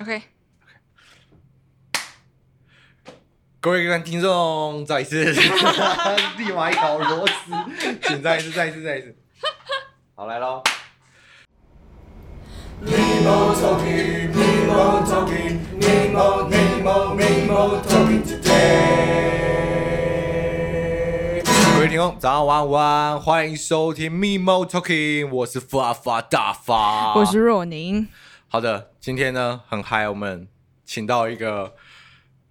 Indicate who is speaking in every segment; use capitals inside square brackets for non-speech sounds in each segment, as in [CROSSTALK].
Speaker 1: OK，
Speaker 2: 各位观听众，再一次，立马一条螺丝，请再一次，再一次，再一次。好，来喽。
Speaker 3: Nemo talking, Nemo talking, Nemo, Nemo, Nemo talking today.
Speaker 2: 各位听众，早安，晚安，午安，欢迎收听《密谋 Talking》，我是发发大发，
Speaker 1: 我是若宁。
Speaker 2: 好的，今天呢很嗨，我们请到一个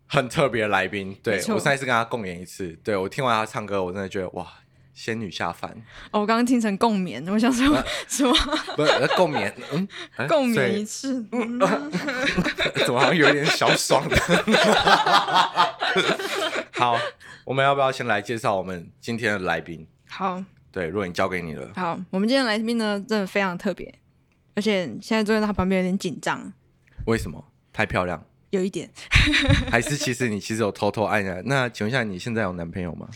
Speaker 2: 很特别的来宾，对
Speaker 1: 没错
Speaker 2: 我上一次跟他共演一次，对我听完他唱歌，我真的觉得哇，仙女下凡，
Speaker 1: 哦，我刚刚听成共眠，我想说 [LAUGHS] 什么
Speaker 2: 不是共眠，嗯，哎
Speaker 1: 共
Speaker 2: 所
Speaker 1: 眠
Speaker 2: 以
Speaker 1: 一次？
Speaker 2: 怎么好像有一点小爽 [LAUGHS] 的？好，我们要不要先来介绍我们今天的来宾？
Speaker 1: 好
Speaker 2: 对，若你交给你了，
Speaker 1: 好，我们今天来宾呢，真的非常特别，而且现在坐在他旁边有点紧张，
Speaker 2: 为什么？太漂亮，
Speaker 1: 有一点。
Speaker 2: 还是其实你其实有偷偷爱人？那请问一下，你现在有男朋友吗？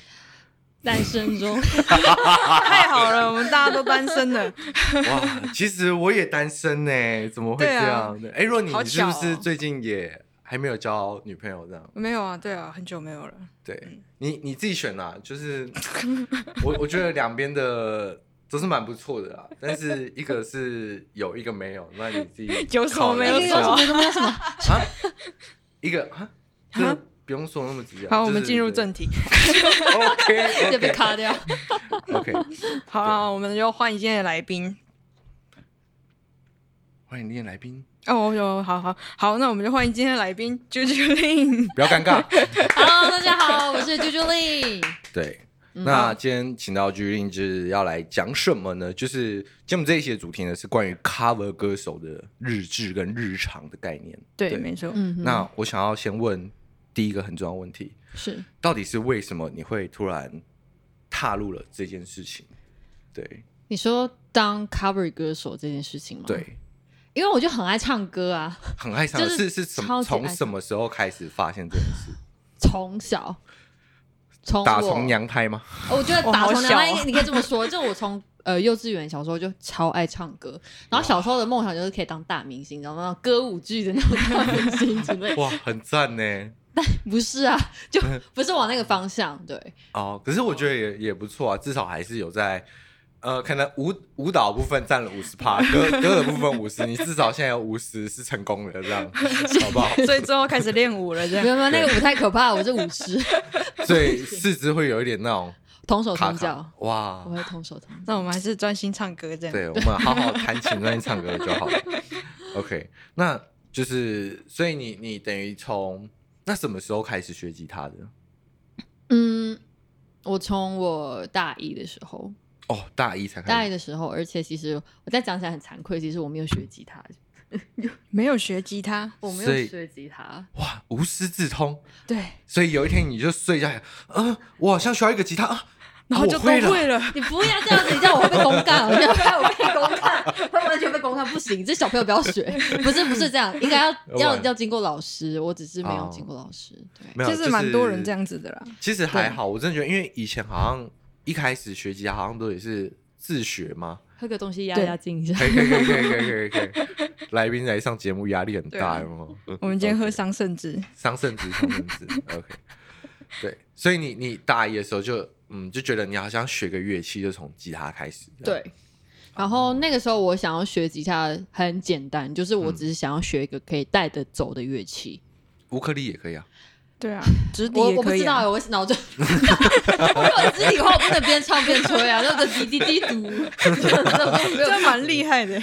Speaker 1: 单身中， [LAUGHS] 太好了， [LAUGHS] 我们大家都单身 [LAUGHS] 了。
Speaker 2: 哇，其实我也单身呢，怎么会这样？哎、若你
Speaker 1: 啊好
Speaker 2: 你是
Speaker 1: 巧
Speaker 2: 不
Speaker 1: 哦
Speaker 2: 是最近也还没有交女朋友这样？
Speaker 1: 没有啊，对啊，很久没有了。
Speaker 2: 对你你自己选啦，就是我我觉得两边的都是蛮不错的啦，但是一个是有，一个没有，那你自己
Speaker 1: [LAUGHS] 有什么
Speaker 2: 考量
Speaker 1: 没有
Speaker 2: 一
Speaker 1: 什 [LAUGHS]
Speaker 2: 下
Speaker 1: 么
Speaker 2: 啊？一个
Speaker 1: [LAUGHS]
Speaker 2: 啊，这个不用说那么直接啊。
Speaker 1: 好，
Speaker 2: 就
Speaker 1: 我们
Speaker 2: 是
Speaker 1: 进入
Speaker 2: 对
Speaker 1: 正题。
Speaker 2: OK
Speaker 4: 就被卡掉。
Speaker 2: OK，
Speaker 1: 好了，我们就欢迎今天的来宾。
Speaker 2: [LAUGHS] 欢迎今天来宾，
Speaker 1: 哦，有，好好好，那我们就欢迎今天的来宾 JoJo Lin。
Speaker 2: 不要尴尬。
Speaker 4: Hello，大家好，我是啾啾丽。
Speaker 2: 对，
Speaker 4: 嗯
Speaker 2: 那今天请到居令就是要来讲什么呢？就是今天我们这一期的主题呢是关于 cover 歌手的日志跟日常的概念。
Speaker 1: 对，没
Speaker 4: [LAUGHS]
Speaker 1: 错。
Speaker 4: 嗯，
Speaker 2: 那我想要先问第一个很重要的问题，
Speaker 4: 是
Speaker 2: 到底是为什么你会突然踏入了这件事情？对
Speaker 4: 你说当 cover 歌手这件事情吗？，
Speaker 2: 对，
Speaker 4: 因为我就很爱唱歌啊，
Speaker 2: 很爱唱，
Speaker 4: 就是
Speaker 2: 是是什
Speaker 4: 超
Speaker 2: 么？
Speaker 4: 级
Speaker 2: 从
Speaker 4: 爱唱
Speaker 2: 什么时候开始发现这件事？
Speaker 4: 从小 [LAUGHS] 从
Speaker 2: 打
Speaker 4: 我
Speaker 2: 从，娘胎吗？。
Speaker 4: 我啊觉得
Speaker 1: 哇
Speaker 4: 打
Speaker 1: 好
Speaker 4: 从娘胎
Speaker 1: 小哦
Speaker 4: 应该，你可以这么说，就我从。呃，幼稚园小时候就超爱唱歌，然后小时候的梦想就是可以当大明星，然后那种歌舞剧的那种大明星之类
Speaker 2: 哇，很赞呢！
Speaker 4: [LAUGHS] 不是啊，就
Speaker 2: 嗯
Speaker 4: 不是往那个方向。对，
Speaker 2: 哦，可是我
Speaker 4: 嗯
Speaker 2: 觉得也也不错啊，至少还是有在，呃，可能舞舞蹈部分占了五十趴，歌歌的部分五
Speaker 4: [LAUGHS]
Speaker 2: 十，你至少现在有五十是成功的，这样好不好？
Speaker 1: 所以之后开始练舞了，这样。
Speaker 4: 没有没有，那个舞太可怕了，我是舞狮，
Speaker 2: 所以四肢会有一点那种
Speaker 4: 同手
Speaker 2: 卡
Speaker 4: 同脚
Speaker 2: 卡，，哇
Speaker 4: 我！会同手同脚。
Speaker 1: 那我们还是专心唱歌这样。
Speaker 2: 对，我们好好弹琴、专心唱歌就好了。OK，那就是，所以你你等于从那什么时候开始学吉他的？
Speaker 4: 嗯，我从我大一的时候，
Speaker 2: 哦，大一才
Speaker 4: 大
Speaker 2: 开
Speaker 4: 一
Speaker 2: 始。
Speaker 4: 的时候，而且其实我再讲起来很惭愧，其实我没有学吉他，
Speaker 1: 没有学吉他，
Speaker 4: 我没
Speaker 2: 所以
Speaker 4: 有学吉他，
Speaker 2: 哇，无师自通。
Speaker 1: 对，
Speaker 2: 所以有一天你就睡觉，呃，我好像需要一个吉他啊，
Speaker 1: 然后
Speaker 2: 啊
Speaker 1: 就
Speaker 2: 我
Speaker 1: 都
Speaker 2: 会了。
Speaker 1: 会了。
Speaker 4: 你不要这样子，你这样我会被公干， [LAUGHS] 我觉得啊我被公干，会完全被公干，不行，这小朋友不要 [LAUGHS] 学，不是不是这样，
Speaker 2: [LAUGHS]
Speaker 4: 应该要
Speaker 2: 要不
Speaker 4: 要
Speaker 2: 然
Speaker 4: 要经过老师，我只是没有
Speaker 2: 哦
Speaker 4: 经过老师，对，
Speaker 2: 没有，
Speaker 1: 其实蛮多人这。样子的啦。
Speaker 2: 其实还好，我真的觉得，因为以前好像一开始学吉他好像都也是自学嘛。
Speaker 4: 喝个东西压
Speaker 1: 对
Speaker 4: 压惊一下
Speaker 2: [LAUGHS] 可。以可以可以可以可以可以可以，来宾来上节目压力很
Speaker 1: 对
Speaker 2: 大，
Speaker 1: 啊
Speaker 2: 有没有？
Speaker 1: 我们今天喝
Speaker 2: OK
Speaker 1: 桑葚汁，
Speaker 2: 桑葚汁，桑葚汁，OK。对，所以你你大一的时候就嗯就觉得你好像学个乐器就从吉他开始。这样，
Speaker 4: 对。然后那个时候我想要学吉他很简单，就是我
Speaker 2: 嗯
Speaker 4: 只是想要学一个可以带得走的乐器。
Speaker 2: 乌克丽也可以啊。
Speaker 1: 对啊，直笛
Speaker 4: 我
Speaker 1: 也
Speaker 4: 我不
Speaker 1: 可以
Speaker 4: 知道
Speaker 1: 啊。
Speaker 4: 欸，我脑中， [LAUGHS] 我有肢体的话，我不能边唱边吹啊，那个滴滴滴嘟，
Speaker 1: [LAUGHS] 这蛮厉害的。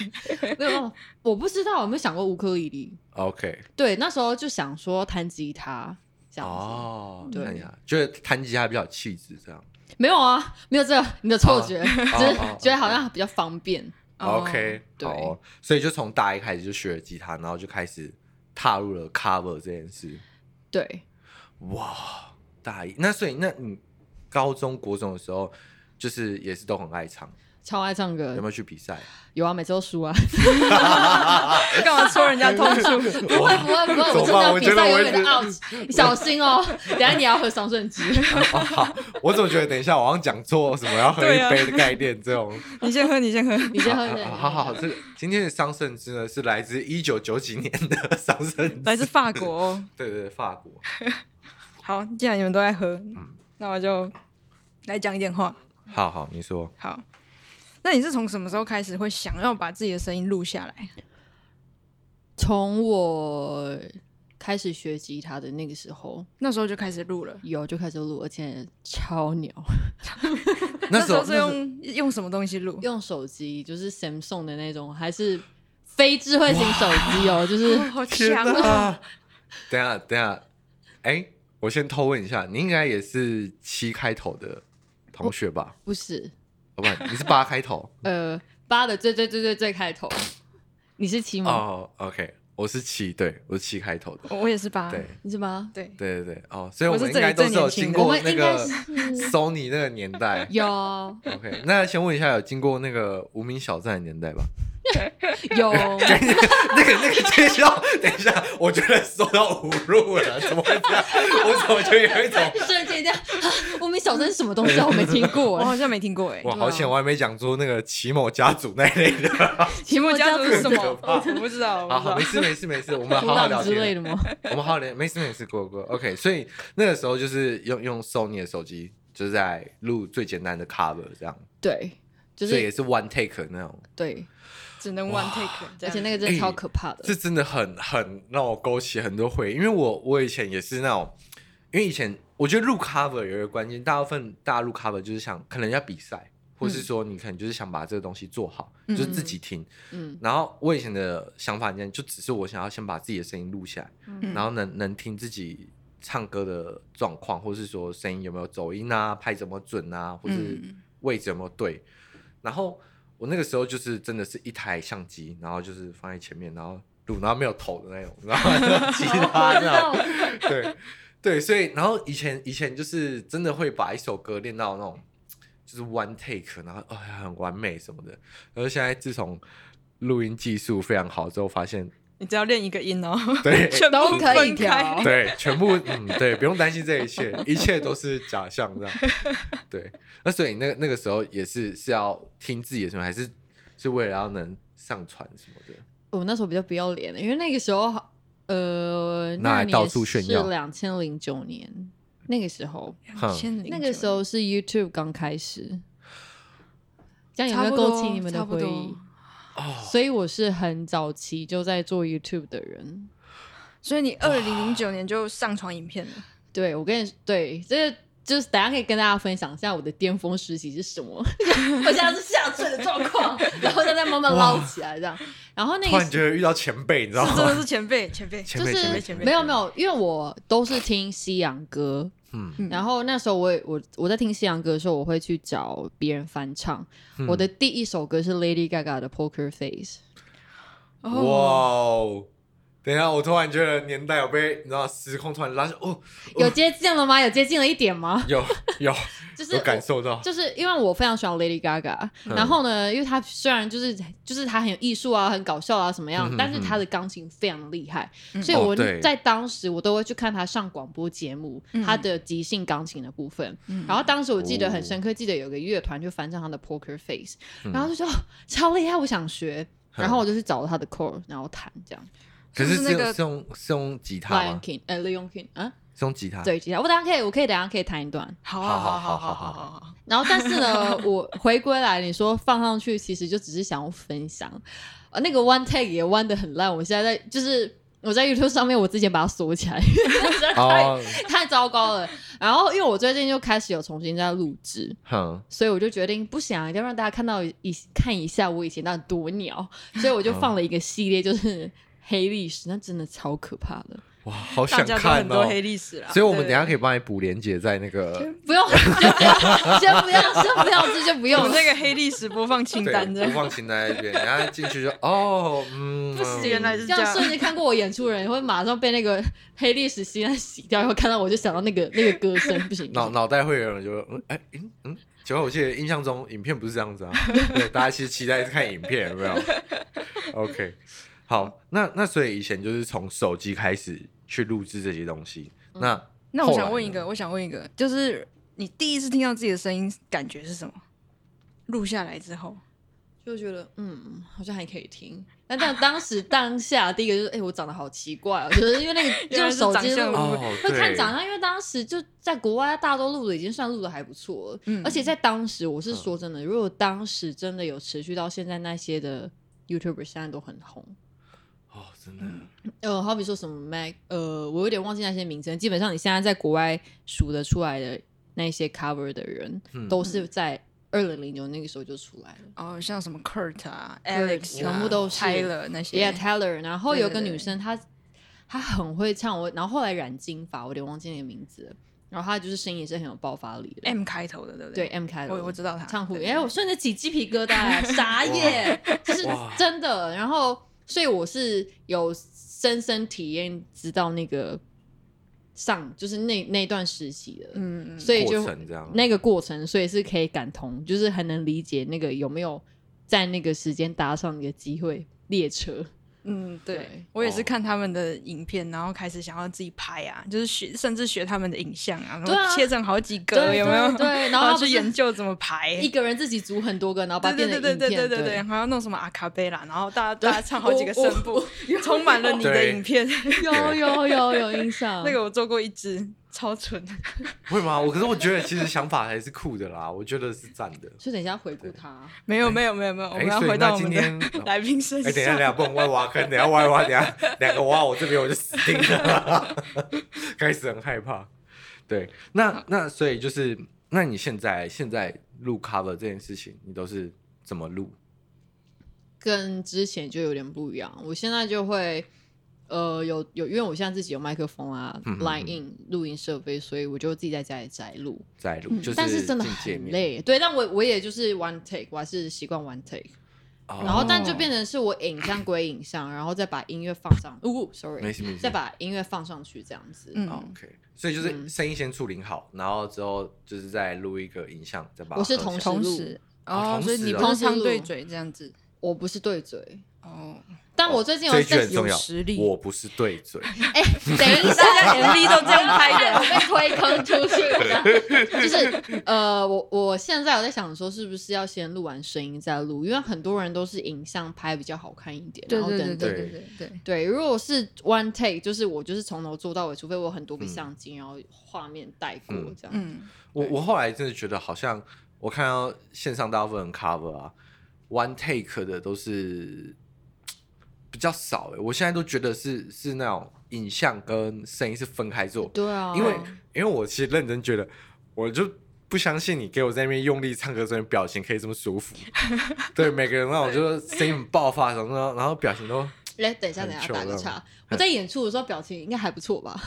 Speaker 4: 没有，我不知道有没有想过乌克丽丽。
Speaker 2: OK，
Speaker 4: 对，那时候就想说弹吉他这样子，
Speaker 2: 哦，
Speaker 4: 对
Speaker 2: 看一下，觉得弹吉他比较有气质这样。
Speaker 4: 没有啊，没有这个你的错觉，只是
Speaker 2: 哦
Speaker 4: 觉得好像比较方便。
Speaker 1: 哦
Speaker 2: OK，
Speaker 4: 对
Speaker 2: 好哦，所以就从大一开始就学了吉他，然后就开始踏入了 cover 这件事。
Speaker 4: 对，
Speaker 2: 哇，大一那所以那你高中国中的时候，就是也是都很爱唱
Speaker 4: 超爱唱歌
Speaker 2: 有没，有去比赛？ [LAUGHS]
Speaker 4: 有啊，每次都输啊，
Speaker 1: 干嘛戳人家痛处？
Speaker 4: 不会不会不会，我
Speaker 2: 怎么办
Speaker 4: 真的
Speaker 2: 我
Speaker 4: 比赛
Speaker 2: 觉得我
Speaker 4: 永
Speaker 2: 一
Speaker 4: 远
Speaker 2: 直
Speaker 4: 的 out，小心哦，等一下你要喝桑
Speaker 2: [LAUGHS]
Speaker 4: 葚汁，
Speaker 2: 哦我怎么觉得等一下我好像讲错什么要喝一
Speaker 1: 对啊
Speaker 2: 杯的概念这种。
Speaker 1: [LAUGHS]
Speaker 2: 啊
Speaker 1: 你先喝，你先喝。
Speaker 4: 你先喝一杯，
Speaker 2: 好好好，这个今天的桑葚汁呢是来自一九九几年的桑葚
Speaker 1: 来
Speaker 2: 汁，
Speaker 1: 自法国哦。
Speaker 2: 对对对，法国。
Speaker 1: 好，嗯既然你们都在喝，那我就来讲一点话。
Speaker 2: 好好，你说
Speaker 1: 好，那你是从什么时候开始会想要把自己的声音录下来？
Speaker 4: 从我开始学吉他的那个时候，
Speaker 1: 那时候就开始录了。
Speaker 4: 有就开始录，而且超牛，
Speaker 2: 那时
Speaker 1: 时
Speaker 2: 候
Speaker 1: 候是用用什么东西录？
Speaker 4: [LAUGHS] 用手机就是 Samsung 的那种，还是非智慧型手机哦，就是 [LAUGHS]
Speaker 1: 哦好
Speaker 2: [LAUGHS] 天
Speaker 1: 强啊！
Speaker 2: 哪！等一下等一下，哎，我先偷问一下，你应该也是七开头的同学吧？
Speaker 4: 不是
Speaker 2: 哦不，你是八开
Speaker 1: [LAUGHS]
Speaker 2: 头
Speaker 4: 呃八的最最最最最开头，你是
Speaker 1: 嗯
Speaker 4: 七吗？
Speaker 2: 哦。OK，我是七，对，我是七开头的。
Speaker 1: 我我也是吧？
Speaker 2: 对
Speaker 4: 你是吗？
Speaker 1: 对，
Speaker 2: 对对对，哦，所以我
Speaker 1: 我
Speaker 2: 们
Speaker 1: 是
Speaker 2: 应该
Speaker 1: 这
Speaker 2: 都
Speaker 1: 里
Speaker 2: 是
Speaker 1: 最
Speaker 2: 有
Speaker 1: 年轻
Speaker 2: 经
Speaker 1: 的
Speaker 2: 过
Speaker 4: 我们
Speaker 2: 那
Speaker 4: 应该
Speaker 2: 个
Speaker 4: 是。
Speaker 2: Sony 那个年代
Speaker 1: [LAUGHS]
Speaker 4: 有
Speaker 2: OK，那先问一下，有经过那个无名小站的年代吧？ [LAUGHS]
Speaker 4: 有，
Speaker 2: 那个那个介绍，等一下，我觉得受到侮辱了，怎么会这样？我怎么觉得有一种，
Speaker 4: 瞬间这样， [GASPS] 我们小镇什么东西啊？我没听
Speaker 2: [LAUGHS]
Speaker 4: 过
Speaker 1: 我
Speaker 4: 哎。
Speaker 1: 好像没听过哎。
Speaker 2: 哇，好险，我还没讲出那个奇某家族那一类的。
Speaker 1: 题目家族是什么
Speaker 2: 这个？吧
Speaker 1: [LAUGHS] 我不知道，
Speaker 2: [LAUGHS] 好好， [LAUGHS]
Speaker 1: 我不
Speaker 2: 没
Speaker 1: 知道。
Speaker 2: 事没事没事，我们
Speaker 4: 鼓
Speaker 2: 好好聊
Speaker 4: 掌之类
Speaker 2: 天，
Speaker 4: 的吗？
Speaker 2: [LAUGHS] 我们好好聊，没事没事，过过。OK，所以那个时候就是用用 Sony 的手机，就是在录最简单的 cover 这样，
Speaker 4: 对，就
Speaker 2: 所以也
Speaker 4: 是
Speaker 2: 是 one take 那种，
Speaker 4: 对，
Speaker 1: 只能 one take，
Speaker 2: 哎
Speaker 4: 而且那
Speaker 1: 个
Speaker 4: 个真的超可怕的。
Speaker 2: 这真的很很让我勾起很多回忆，因为我我以前也是那种，因为以前我觉得录 cover 有一个关键，大部分大家录 cover 就是想可能要比赛，或是说你可能就是想把这个东西做好，
Speaker 1: 嗯
Speaker 2: 就是自己听。
Speaker 4: 嗯，
Speaker 2: 然后我以前的想法呢，就只是我想要先把自己的声音录下来，
Speaker 1: 嗯
Speaker 2: 然后能能听自己唱歌的状况，或是说声音有没有走音啊，拍怎么准啊，或是
Speaker 1: 嗯
Speaker 2: 位置有没有对。然后我那个时候就是真的是一台相机，然后就是放在前面，然后录，然后没有头的那种，然后吉他这样，对对，所以然后以前以前就是真的会把一首歌练到那种就是 one take，然后哎呀很完美什么的。然后现在自从录音技术非常好之后，发现
Speaker 1: 你只要练一个音 [LAUGHS] 哦，
Speaker 2: 对
Speaker 1: 全部
Speaker 4: 都可以
Speaker 1: 分开。
Speaker 4: 调。
Speaker 2: 对，全部嗯，对，不用担心这一切，一切都是假象这样。对，那所以那个那个时候也是是要听自己的声音，还是是为了要能上传什么的？
Speaker 4: 我那时候比较不要脸的，因为那个时候，呃，
Speaker 2: 拿来到处炫耀
Speaker 4: 是两千零九年那个时候，
Speaker 2: 哼，
Speaker 1: 2009
Speaker 4: 那个时候是 YouTube 刚开始，这样有
Speaker 1: 差
Speaker 4: 没有
Speaker 1: 不多
Speaker 4: 勾起你们的
Speaker 1: 差不
Speaker 4: 回
Speaker 1: 多
Speaker 4: 忆？
Speaker 2: 哦，
Speaker 4: 所以我是很早期就在做 YouTube 的人。
Speaker 1: 所以你二零零九年就上传影片了，
Speaker 4: 对，我跟你对，这个就是等一下可以跟大家分享一下我的巅峰时期是什么， [LAUGHS] 我现在是下坠的状况，然后再再慢慢捞起来这样。然后那
Speaker 2: 突
Speaker 4: 个
Speaker 2: 然觉得遇到前辈，你知道
Speaker 1: 是真的
Speaker 2: 吗？
Speaker 1: 是前辈，前辈，
Speaker 2: 前
Speaker 4: 就
Speaker 2: 辈，前辈，
Speaker 4: 是
Speaker 2: 前辈，
Speaker 4: 没有没有，因为我都是听西洋歌，
Speaker 2: 嗯，
Speaker 1: 嗯
Speaker 4: 然后那时候我也我我在听西洋歌的时候，我会去找别人翻唱。
Speaker 2: 嗯
Speaker 4: 我的第一首歌是 Lady Gaga 的 Poker Face，
Speaker 2: 哇
Speaker 1: 哦，
Speaker 2: 哦。等一下，我突然觉得年代有被你知道时空突然拉下，哦，
Speaker 4: 有接近了吗？有接近了一点吗？
Speaker 2: 有有
Speaker 4: 就是
Speaker 2: 有感
Speaker 4: 我。
Speaker 2: 受到，
Speaker 4: 就是因为我非常喜欢 Lady Gaga，、
Speaker 2: 嗯
Speaker 4: 然后呢，因为她虽然就是就是她很有艺术啊，很搞笑啊，什么样，
Speaker 2: 嗯哼
Speaker 4: 但是她的钢琴非常厉害，
Speaker 1: 嗯
Speaker 4: 所以我
Speaker 2: 哦对
Speaker 4: 在当时我都会去看她上广播节目，
Speaker 1: 嗯
Speaker 4: 她的即兴钢琴的部分。
Speaker 1: 嗯
Speaker 4: 然后当时我记得很深刻，记得有个乐团就翻唱她的 Poker Face，、
Speaker 2: 嗯
Speaker 4: 然后就说、哦超厉害，我想学。
Speaker 2: 嗯
Speaker 4: 然后我就去找了她的 core，然后弹这样。
Speaker 2: 可
Speaker 1: 就是
Speaker 2: 是
Speaker 1: 那
Speaker 2: 是
Speaker 1: 个
Speaker 2: 用是用是用吉他
Speaker 4: Lion
Speaker 2: 吗？
Speaker 4: King，呃，Lion King 啊，
Speaker 2: 是用吉他，
Speaker 4: 对，吉他。我等一下可以，我可以等一下可以弹一段。
Speaker 1: 好啊好
Speaker 2: 好
Speaker 1: 好好
Speaker 2: 好好好啊
Speaker 1: 好好
Speaker 2: 好好
Speaker 1: 好，
Speaker 4: 然后，但是呢，我回归来，你说放上去，其实就只是想要分享。呃，那个 one tag 也 one 的很烂，我现在在就是我在 YouTube 上面，我之前把它锁起来， [LAUGHS] 实在太、
Speaker 2: 哦，
Speaker 4: 太糟糕了。然后，因为我最近就开始有重新在录制，
Speaker 2: 哼，
Speaker 4: 所以我就决定不想一定要让大家看到以看一下我以前那多鸟，所以我就放了一个系列，就是黑历史，那真的超可怕的。
Speaker 2: 哇，好
Speaker 1: 大
Speaker 2: 想
Speaker 1: 家都
Speaker 2: 看
Speaker 1: 很多
Speaker 2: 哦！
Speaker 1: 黑历史啦，
Speaker 2: [LAUGHS] 所以我们等一
Speaker 1: 对
Speaker 2: 下可以帮你补连接在那个
Speaker 4: 不用， [LAUGHS] 先不要，先不要，先不要，这就不用
Speaker 1: 有。那个黑历史播放清
Speaker 2: 对
Speaker 1: 单的
Speaker 2: 播，放清单那边，然后进去就哦，嗯，
Speaker 1: 不行，原来是
Speaker 4: 这样
Speaker 1: 样。
Speaker 4: 瞬间看过我演出的人会马上被那个黑历史清单洗掉，然后看到我就想到那个那个歌声，不行，
Speaker 2: 脑脑袋会有人就嗯哎嗯嗯，九号，我记得印象中影片不是这
Speaker 1: [LAUGHS]
Speaker 2: 样子啊，对，大家其实期待是看影片，有没有？OK，好，那那所以以前就是从手机开始去录制这些东西，
Speaker 1: 嗯
Speaker 2: 那
Speaker 1: 那我
Speaker 2: 后来
Speaker 1: 想问一
Speaker 2: 呢
Speaker 1: 个，我想问一个，就是你第一次听到自己的声音，感觉是什么？录下来之后，
Speaker 4: 就觉得嗯，好像还可以听。那但当时当下第一个就是，哎、我长得好奇怪哦，就是因为那个
Speaker 1: [LAUGHS] 原来
Speaker 4: 用
Speaker 1: 是
Speaker 4: 手机
Speaker 1: 长相
Speaker 4: 录
Speaker 1: 吗
Speaker 2: 哦，
Speaker 4: 会看
Speaker 2: 对
Speaker 1: 啊
Speaker 4: 长相，因为当时就在国外，大家都录的已经算录的还不错了。
Speaker 1: 嗯
Speaker 4: 而且在当时，我是
Speaker 2: 嗯
Speaker 4: 说真的，如果当时真的有持续到现在，那些的 YouTuber 现在都很红。
Speaker 2: 哦，真的，
Speaker 1: 嗯
Speaker 4: 呃，好比说什么 Mac，呃，我有点忘记那些名称。基本上你现在在国外数得出来的那些 cover 的人，
Speaker 2: 嗯
Speaker 4: 都是在二零零九那个时候就出来了。
Speaker 1: 哦，像什么 Kurt 啊、
Speaker 4: 对
Speaker 1: Alex
Speaker 4: 全部都是
Speaker 1: t y l 那
Speaker 4: Yeah
Speaker 1: 些，
Speaker 4: Taylor，然后
Speaker 1: 对
Speaker 4: 有
Speaker 1: 对
Speaker 4: 个
Speaker 1: 对
Speaker 4: 女生她她很会唱，我然后后来染金发，我有点忘记那个名字了。然后她就是声音也是很有爆发力的
Speaker 1: M 开头的，对不
Speaker 4: 对
Speaker 1: 对？
Speaker 4: M 开头的，
Speaker 1: 我我知道他
Speaker 4: 唱虎，
Speaker 1: 对
Speaker 4: 哎，我瞬间起鸡皮疙瘩，傻眼，就是
Speaker 2: 哇
Speaker 4: 真的。然后，所以我是有深深体验，知道那个上就是那那段时期的，
Speaker 1: 嗯，嗯
Speaker 4: 所以就
Speaker 2: 过程这样
Speaker 4: 那个过程，所以是可以感同，就是很能理解那个有没有在那个时间搭上你的机会列车。
Speaker 1: 嗯，对
Speaker 4: 对，
Speaker 1: 我也
Speaker 2: 哦
Speaker 1: 是看他们的影片，然后开始想要自己拍啊，就是学，甚至学他们的影像啊，然
Speaker 4: 对啊
Speaker 1: 后切成好几个，有没有？ [LAUGHS]
Speaker 4: 对，然
Speaker 1: 然
Speaker 4: 后
Speaker 1: 后
Speaker 4: 他不
Speaker 1: 去
Speaker 4: 是
Speaker 1: 研究怎么排。
Speaker 4: 一个人自己组很多个，然后把它
Speaker 1: 对
Speaker 4: 变成
Speaker 1: 对
Speaker 4: 影片。
Speaker 1: 对对对对
Speaker 4: 对
Speaker 1: 对，还要弄什么阿卡贝拉，然后大家大家唱好几个
Speaker 4: 我嗯
Speaker 1: 声部， [LAUGHS] 充满了你的
Speaker 2: 对
Speaker 1: 影片。
Speaker 4: 有有有有印
Speaker 1: [LAUGHS]
Speaker 4: 象。
Speaker 1: 那个我做过一支，超蠢。 [LAUGHS]
Speaker 2: 会吗？我可是我觉得其实想法还是酷的啦，我觉得是赞的。
Speaker 4: 所以等一下回顾他。
Speaker 1: 没有没有没有 [LAUGHS] 没有，我
Speaker 2: 哎
Speaker 1: 们要
Speaker 2: 所以
Speaker 1: 回
Speaker 2: 那
Speaker 1: 到我
Speaker 2: 今
Speaker 1: 们
Speaker 2: 天
Speaker 1: 的 [LAUGHS] 来宾身
Speaker 2: 哎、等一下，等一
Speaker 1: 上。
Speaker 2: 下，不能挖挖坑，等一下挖一挖，等一下两个挖我这边我就死定了， [LAUGHS] 开始很害怕。对，那那所以就是，那你现在现在录 cover 这件事情，你都是怎么录？
Speaker 4: 跟之前就有点不一样。我现在就会，呃，有有，因为我现在自己有麦克风啊、
Speaker 2: 嗯嗯嗯
Speaker 4: line in 录音设备，所以我就自己在家里摘录。
Speaker 2: 在录，就是
Speaker 4: 嗯但是真的
Speaker 2: 进界
Speaker 4: 很
Speaker 2: 面，
Speaker 4: 累，对。但我我也就是 one take，我还是习惯 one take。
Speaker 2: 哦
Speaker 4: 然后但就变成是我影像归影像，然后再把音乐放上，哦
Speaker 2: 没
Speaker 4: ，sorry，
Speaker 2: 事没事
Speaker 4: 再把音乐放上去这样子。
Speaker 1: 嗯
Speaker 2: OK。所以
Speaker 4: 嗯
Speaker 2: 就是声音先处理好，然后之后就是再录一个影像，再把它
Speaker 4: 我是
Speaker 2: 合
Speaker 4: 同
Speaker 2: 起来
Speaker 4: 时
Speaker 1: 同
Speaker 4: 录
Speaker 1: 时
Speaker 2: 哦
Speaker 1: 哦，
Speaker 2: 同
Speaker 1: 所以
Speaker 2: 时
Speaker 1: 你
Speaker 2: 哦
Speaker 1: 不
Speaker 4: 同
Speaker 1: 是
Speaker 4: 时
Speaker 1: 相对
Speaker 4: 录
Speaker 1: 嘴这样子
Speaker 4: 我不是对嘴，
Speaker 1: 哦，
Speaker 4: 但我最近
Speaker 2: 这
Speaker 4: 有
Speaker 2: 一句
Speaker 4: 在
Speaker 2: 很重要
Speaker 1: 有实力
Speaker 2: 我不是对嘴，
Speaker 4: 哎，等一下，
Speaker 1: 大家 MV 都这样拍 [LAUGHS] 的。
Speaker 4: 我被推坑出去了。 [LAUGHS] 就是呃，我我现在我在想说，是不是要先录完声音再录？因为很多人都是影像拍比较好看一点，
Speaker 1: 对
Speaker 4: 然后
Speaker 1: 对
Speaker 4: 等
Speaker 1: 对
Speaker 4: 等。
Speaker 1: 对对对
Speaker 4: 对，如果是 one take，就是我就是从头做到尾，除非我有很多个相机，然后画面带过
Speaker 2: 嗯
Speaker 4: 这样。
Speaker 1: 嗯，
Speaker 2: 我我后来真的觉得，好像我看到线上大部分人 cover 啊，one take 的都是比较少诶、我现在都觉得是是那种影像跟声音是分开做，
Speaker 4: 对
Speaker 1: 哦
Speaker 4: 啊，
Speaker 2: 因为因为我其实认真觉得，我就不相信你给我在那边用力唱歌的时候，你表情可以这么舒
Speaker 1: [LAUGHS]
Speaker 2: 服。对，每个人那种就是声音很爆发什么的，然后表情都
Speaker 4: 来哎等一下，
Speaker 2: 很
Speaker 4: 等一下
Speaker 2: 糗
Speaker 4: 打个
Speaker 2: 那种
Speaker 4: 岔。我在演出的时候表情应该还不错吧？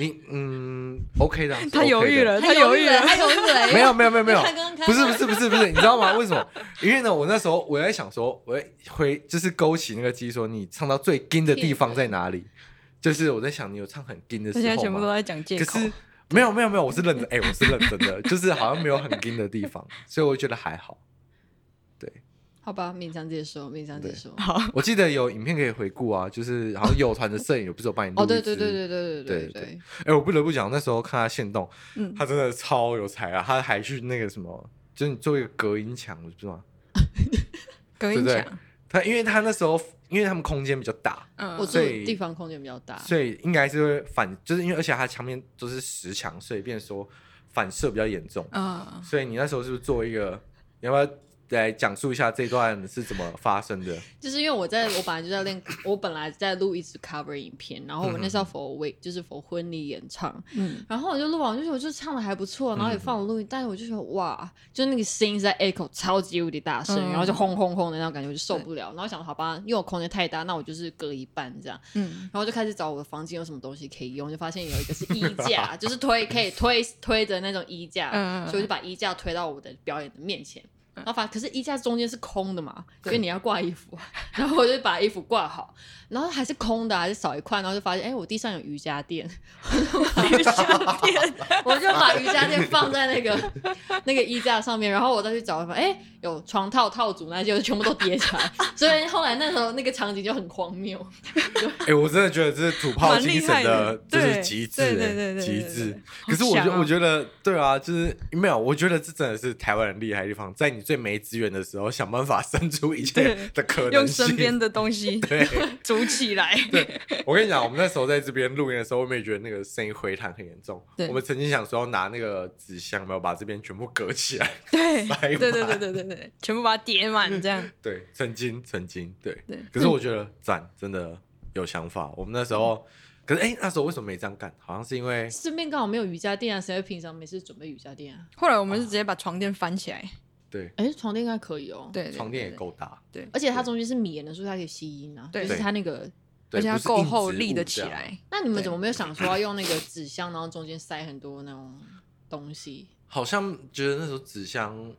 Speaker 2: 你嗯 OK 的啊，是
Speaker 1: 他犹
Speaker 2: OK
Speaker 1: 豫啊
Speaker 2: 的
Speaker 1: 了，
Speaker 4: 他
Speaker 1: 犹
Speaker 4: 豫
Speaker 1: 了
Speaker 4: 了，。他犹豫了。因为
Speaker 2: 没有没有没
Speaker 1: [LAUGHS]
Speaker 2: 有没有
Speaker 4: 他刚刚，
Speaker 2: 不是不是不是不是，你知道吗？为什么？ [LAUGHS] 因为呢，我那时候我在想说，我会就是勾起那个记忆，说你唱到最金的地方在哪里？就是我在想，你有唱很金的时
Speaker 1: 他现在
Speaker 2: 候
Speaker 1: 全部都
Speaker 2: 吗？
Speaker 1: 在讲借
Speaker 2: 可
Speaker 1: 口。
Speaker 2: 是没有没有没有，我是认真，哎、我是认真的，就是好像没有很金的地方，所以我觉得还好。
Speaker 4: 好吧，勉强接受，勉强接
Speaker 2: 对
Speaker 4: 受。
Speaker 1: 哦
Speaker 2: 我记得有影片可以回顾啊，就是好像有团的摄影，不是有帮你录
Speaker 4: 哦，对
Speaker 2: 一支
Speaker 4: 对对对
Speaker 2: 对
Speaker 4: 对对
Speaker 2: 对
Speaker 4: 对。
Speaker 2: 哎、我不得不讲，那时候看他现动，
Speaker 1: 嗯
Speaker 2: 他真的超有才啊！他还去那个什么，就是你做一个隔音墙，我不知道。
Speaker 1: 隔
Speaker 2: 对
Speaker 1: 音
Speaker 2: 不对
Speaker 1: 墙，？
Speaker 2: 他因为他那时候，因为他们空间比较大，
Speaker 1: 嗯
Speaker 4: 我住
Speaker 2: 所
Speaker 4: 的
Speaker 2: 以
Speaker 4: 地方空间比较大，
Speaker 2: 所以应该是会反，就是因为而且他墙面都是石墙，所以变说反射比较严重。
Speaker 1: 啊，
Speaker 2: 所以你那时候是不是做一个？你要不要来讲述一下这段是怎么发生的？
Speaker 4: 就是因为我在我本来就在练， [COUGHS] 我本来在录一支 cover 影片，然后我那时候否为就是否婚礼演唱，
Speaker 1: 嗯，
Speaker 4: 然后我就录完，我就觉得我就唱的还不错，然后也放了录音，但是我就觉得哇，就那个声音是在 echo 超级无敌大声，
Speaker 1: 嗯
Speaker 4: 然后就轰轰轰的那种感觉，我就受不了，然后想好吧，因为我空间太大，那我就是隔一半这样，
Speaker 1: 嗯，
Speaker 4: 然后就开始找我的房间有什么东西可以用，就发现有一个是衣
Speaker 1: [LAUGHS]
Speaker 4: 架，就是推可以推推着那种衣架，
Speaker 1: 嗯嗯嗯嗯
Speaker 4: 所以我就把衣架推到我的表演的面前。然后反可是衣架中间是空的嘛，因为你要挂衣服，然后我就把衣服挂好，然后还是空的，啊还是少一块，然后就发现哎、我地上有瑜伽垫，
Speaker 1: 瑜伽垫，
Speaker 4: 我就把瑜伽垫放在那个那个衣架上面，然后我再去找，哎、有床套套组那些，就全部都叠起来，所以后来那时候那个场景就很荒谬。
Speaker 2: [LAUGHS]
Speaker 4: [LAUGHS]
Speaker 2: 哎、我真的觉得这是土炮
Speaker 1: [LAUGHS]
Speaker 2: 精神就
Speaker 1: 蛮厉害的
Speaker 2: 是极致、
Speaker 1: 对对对
Speaker 2: 哎
Speaker 1: 对对
Speaker 2: 极
Speaker 1: 对
Speaker 2: 致
Speaker 1: 对。
Speaker 2: 可是我觉
Speaker 1: 好
Speaker 2: 得、
Speaker 1: 想哦
Speaker 2: 我觉得，对啊，就是没有，我觉得这真的是台湾人厉害的地方，在你最没资源的时候，想办法生出一切
Speaker 1: 对
Speaker 2: 的可能性。
Speaker 1: 用身边的东西
Speaker 2: 对，
Speaker 1: [LAUGHS] 组起来。
Speaker 2: 我跟你讲，我们那时候在这边录音的时候，我们也觉得那个声音回弹很严重。
Speaker 1: 对
Speaker 2: 我们曾经想说要拿那个纸箱，没有把这边全部隔起来。 [LAUGHS]
Speaker 1: 对
Speaker 2: 塞
Speaker 1: 对对对
Speaker 2: 满
Speaker 1: 对对对，全部把它叠满这样。
Speaker 2: 对，曾经曾经对。
Speaker 1: 对
Speaker 2: 可是我觉得赞，真的有想法。我们那时候，可是哎、那时候为什么没这样干？好像是因为
Speaker 4: 顺便刚好没有瑜伽垫啊，谁会平常没事准备瑜伽垫啊？
Speaker 1: 后来我们是直接把床垫翻起来，
Speaker 2: 对
Speaker 4: 哎、床垫应该可以哦。，
Speaker 1: 对，对
Speaker 2: 床垫也，够大，
Speaker 1: 对对，
Speaker 4: 而且它中间是棉的，所以它可以吸音啊，
Speaker 1: 对
Speaker 4: 就是它那个。
Speaker 2: 对
Speaker 1: 而且它
Speaker 2: 不是
Speaker 1: 够
Speaker 2: 硬植
Speaker 1: 厚，
Speaker 2: 物
Speaker 1: 立得
Speaker 2: 这
Speaker 1: 起
Speaker 2: 样
Speaker 1: 来。
Speaker 4: 那你们
Speaker 1: 对
Speaker 4: 怎么没有想说要用那个纸箱，然后中间塞很多那种东西？
Speaker 2: 好像觉得那时候纸箱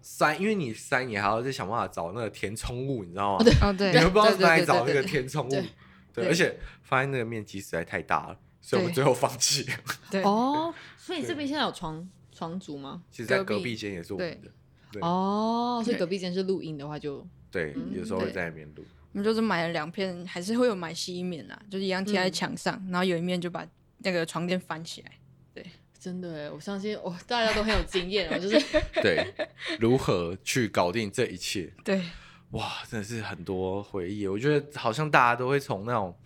Speaker 2: 塞，因为你塞，你还要再想办法找那个填充物，你知道吗？
Speaker 1: 哦，对，
Speaker 2: 你会不知道
Speaker 1: 对对
Speaker 2: 哪里
Speaker 1: 对
Speaker 2: 找
Speaker 1: 对
Speaker 2: 那个
Speaker 1: 对
Speaker 2: 填充物。
Speaker 4: 对
Speaker 2: [LAUGHS] 对，
Speaker 1: 对
Speaker 2: 而且发现那个面积实在太大了，所以我们
Speaker 1: 对
Speaker 2: 最后放弃。
Speaker 1: 对
Speaker 4: 哦，所以这
Speaker 2: 对
Speaker 4: 边现在有床床组吗？
Speaker 2: [LAUGHS] 其实，在
Speaker 1: 隔
Speaker 2: 隔
Speaker 1: 壁
Speaker 2: 壁间也是我们的。对
Speaker 4: 哦，所以
Speaker 1: 对
Speaker 4: 隔壁间是录音的话就
Speaker 2: 对，
Speaker 4: 嗯
Speaker 2: 有时候会
Speaker 1: 对
Speaker 2: 在那边
Speaker 1: [LAUGHS]
Speaker 2: 录。
Speaker 1: 我们就是买了两片，还是会有买吸音棉啦，就是一样贴在
Speaker 4: 嗯
Speaker 1: 墙上，然后有一面就把那个床垫翻起来。
Speaker 4: 真的耶，我相信我、大家都很有经验哦，就是
Speaker 2: 对，如何去搞定这一切？
Speaker 1: 对，
Speaker 2: 哇，真的是很多回忆。我觉得好像大家都会从那种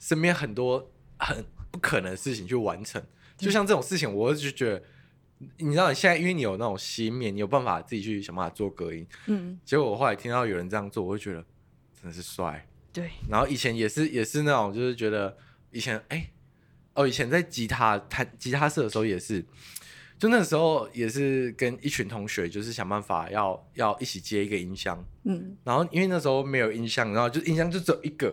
Speaker 2: 身边很多很不可能的事情去完成，
Speaker 1: 嗯
Speaker 2: 就像这种事情，我就觉得，你知道，你现在因为你有那种熄灭，你有办法自己去想办法做隔音。
Speaker 1: 嗯，
Speaker 2: 结果我后来听到有人这样做，我会觉得真的是帅。
Speaker 1: 对，
Speaker 2: 然后以前也是也是那种，就是觉得以前哎、哦，以前在吉他弹吉他社的时候也是，就那时候也是跟一群同学，就是想办法要要一起接一个音箱，
Speaker 1: [LAUGHS] 嗯，
Speaker 2: 然后因为那时候没有音箱，然后就音箱就只有一个，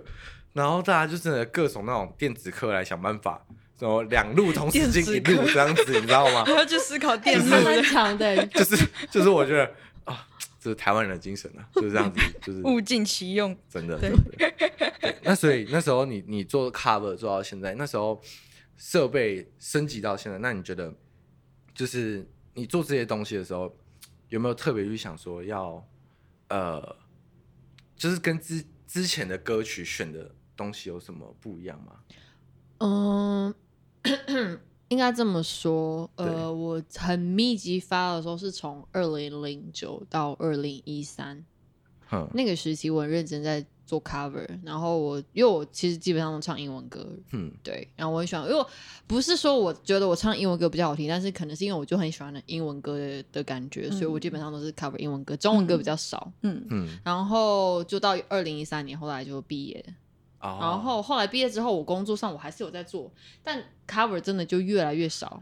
Speaker 2: 然后大家就真的各种那种电子课来想办法，然后两路同时进一
Speaker 1: 电
Speaker 2: 路
Speaker 1: 子
Speaker 2: 这样子，你知道吗
Speaker 1: 还？要去思考 [LAUGHS]
Speaker 4: [LAUGHS]
Speaker 1: 电路
Speaker 4: 还蛮
Speaker 1: [LAUGHS]
Speaker 4: 强的。
Speaker 2: 就是就是我觉得啊，这是台湾人的精神啊，就是这样子，就是
Speaker 1: 物尽其用。
Speaker 2: 真的，
Speaker 1: 对
Speaker 2: 真的。对那所以那时候你你做 cover 做到现在，那时候设备升级到现在，那你觉得就是你做这些东西的时候，有没有特别去想说要呃，就是跟之之前的歌曲选的东西有什么不一样吗？
Speaker 4: 嗯，应该这么说，
Speaker 2: 对
Speaker 4: 呃，我很密集发的时候是从二零零九到二零一三
Speaker 2: 哼，
Speaker 4: 那个时期，我很认真在做 cover，然后我因为我其实基本上都唱英文歌，
Speaker 2: 嗯，
Speaker 4: 对，然后我很喜欢，因为我不是说我觉得我唱英文歌比较好听，但是可能是因为我就很喜欢英文歌的的感觉，所以我基本上都是 cover 英文歌，中文歌比较少。
Speaker 1: 嗯，
Speaker 2: 嗯，
Speaker 4: 然后就到二零一三年，后来就毕业，
Speaker 2: 哦
Speaker 4: 然后后来毕业之后，我工作上我还是有在做，但 cover 真的就越来越少，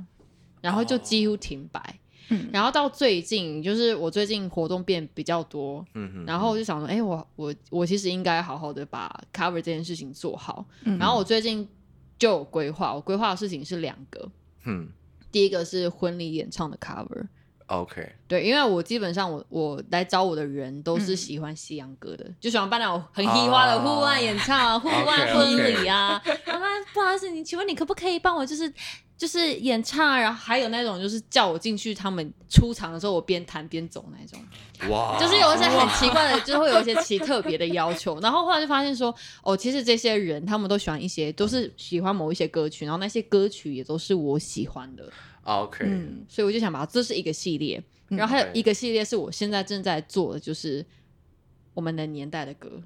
Speaker 4: 然后就几乎停摆。
Speaker 1: 嗯
Speaker 4: 然后到最近，就是我最近活动变比较多，
Speaker 2: 嗯哼，
Speaker 4: 然后我就想说，哎、我我我其实应该好好的把 cover 这件事情做好。
Speaker 1: 嗯
Speaker 4: 然后我最近就有规划，我规划的事情是两个，
Speaker 2: 嗯
Speaker 4: 第一个是婚礼演唱的 cover，
Speaker 2: ，OK，
Speaker 4: 对，因为我基本上我我来找我的人都是
Speaker 1: 嗯
Speaker 4: 喜欢西洋歌的，就喜欢办那种很嘻哈的
Speaker 2: 啊
Speaker 4: 户外演
Speaker 2: [LAUGHS]
Speaker 4: 唱啊、户外
Speaker 2: OK，OK
Speaker 4: 婚礼啊。啊，不好意思，你请问你可不可以帮我就是就是演唱啊？然后还有那种就是叫我进去他们出场的时候，我边弹边走那种。
Speaker 2: 哇，
Speaker 4: 就是有一些很奇怪的，就是会有一些奇特别的要求。然后后来就发现说，哦，其实这些人他们都喜欢一些，都是喜欢某一些歌曲，然后那些歌曲也都是我喜欢的，
Speaker 2: OK，
Speaker 1: 嗯，
Speaker 4: 所以我就想把它这是一个系列，
Speaker 1: 嗯
Speaker 4: 然后还有一个系列是我现在正在做的，就是我们的年代的歌。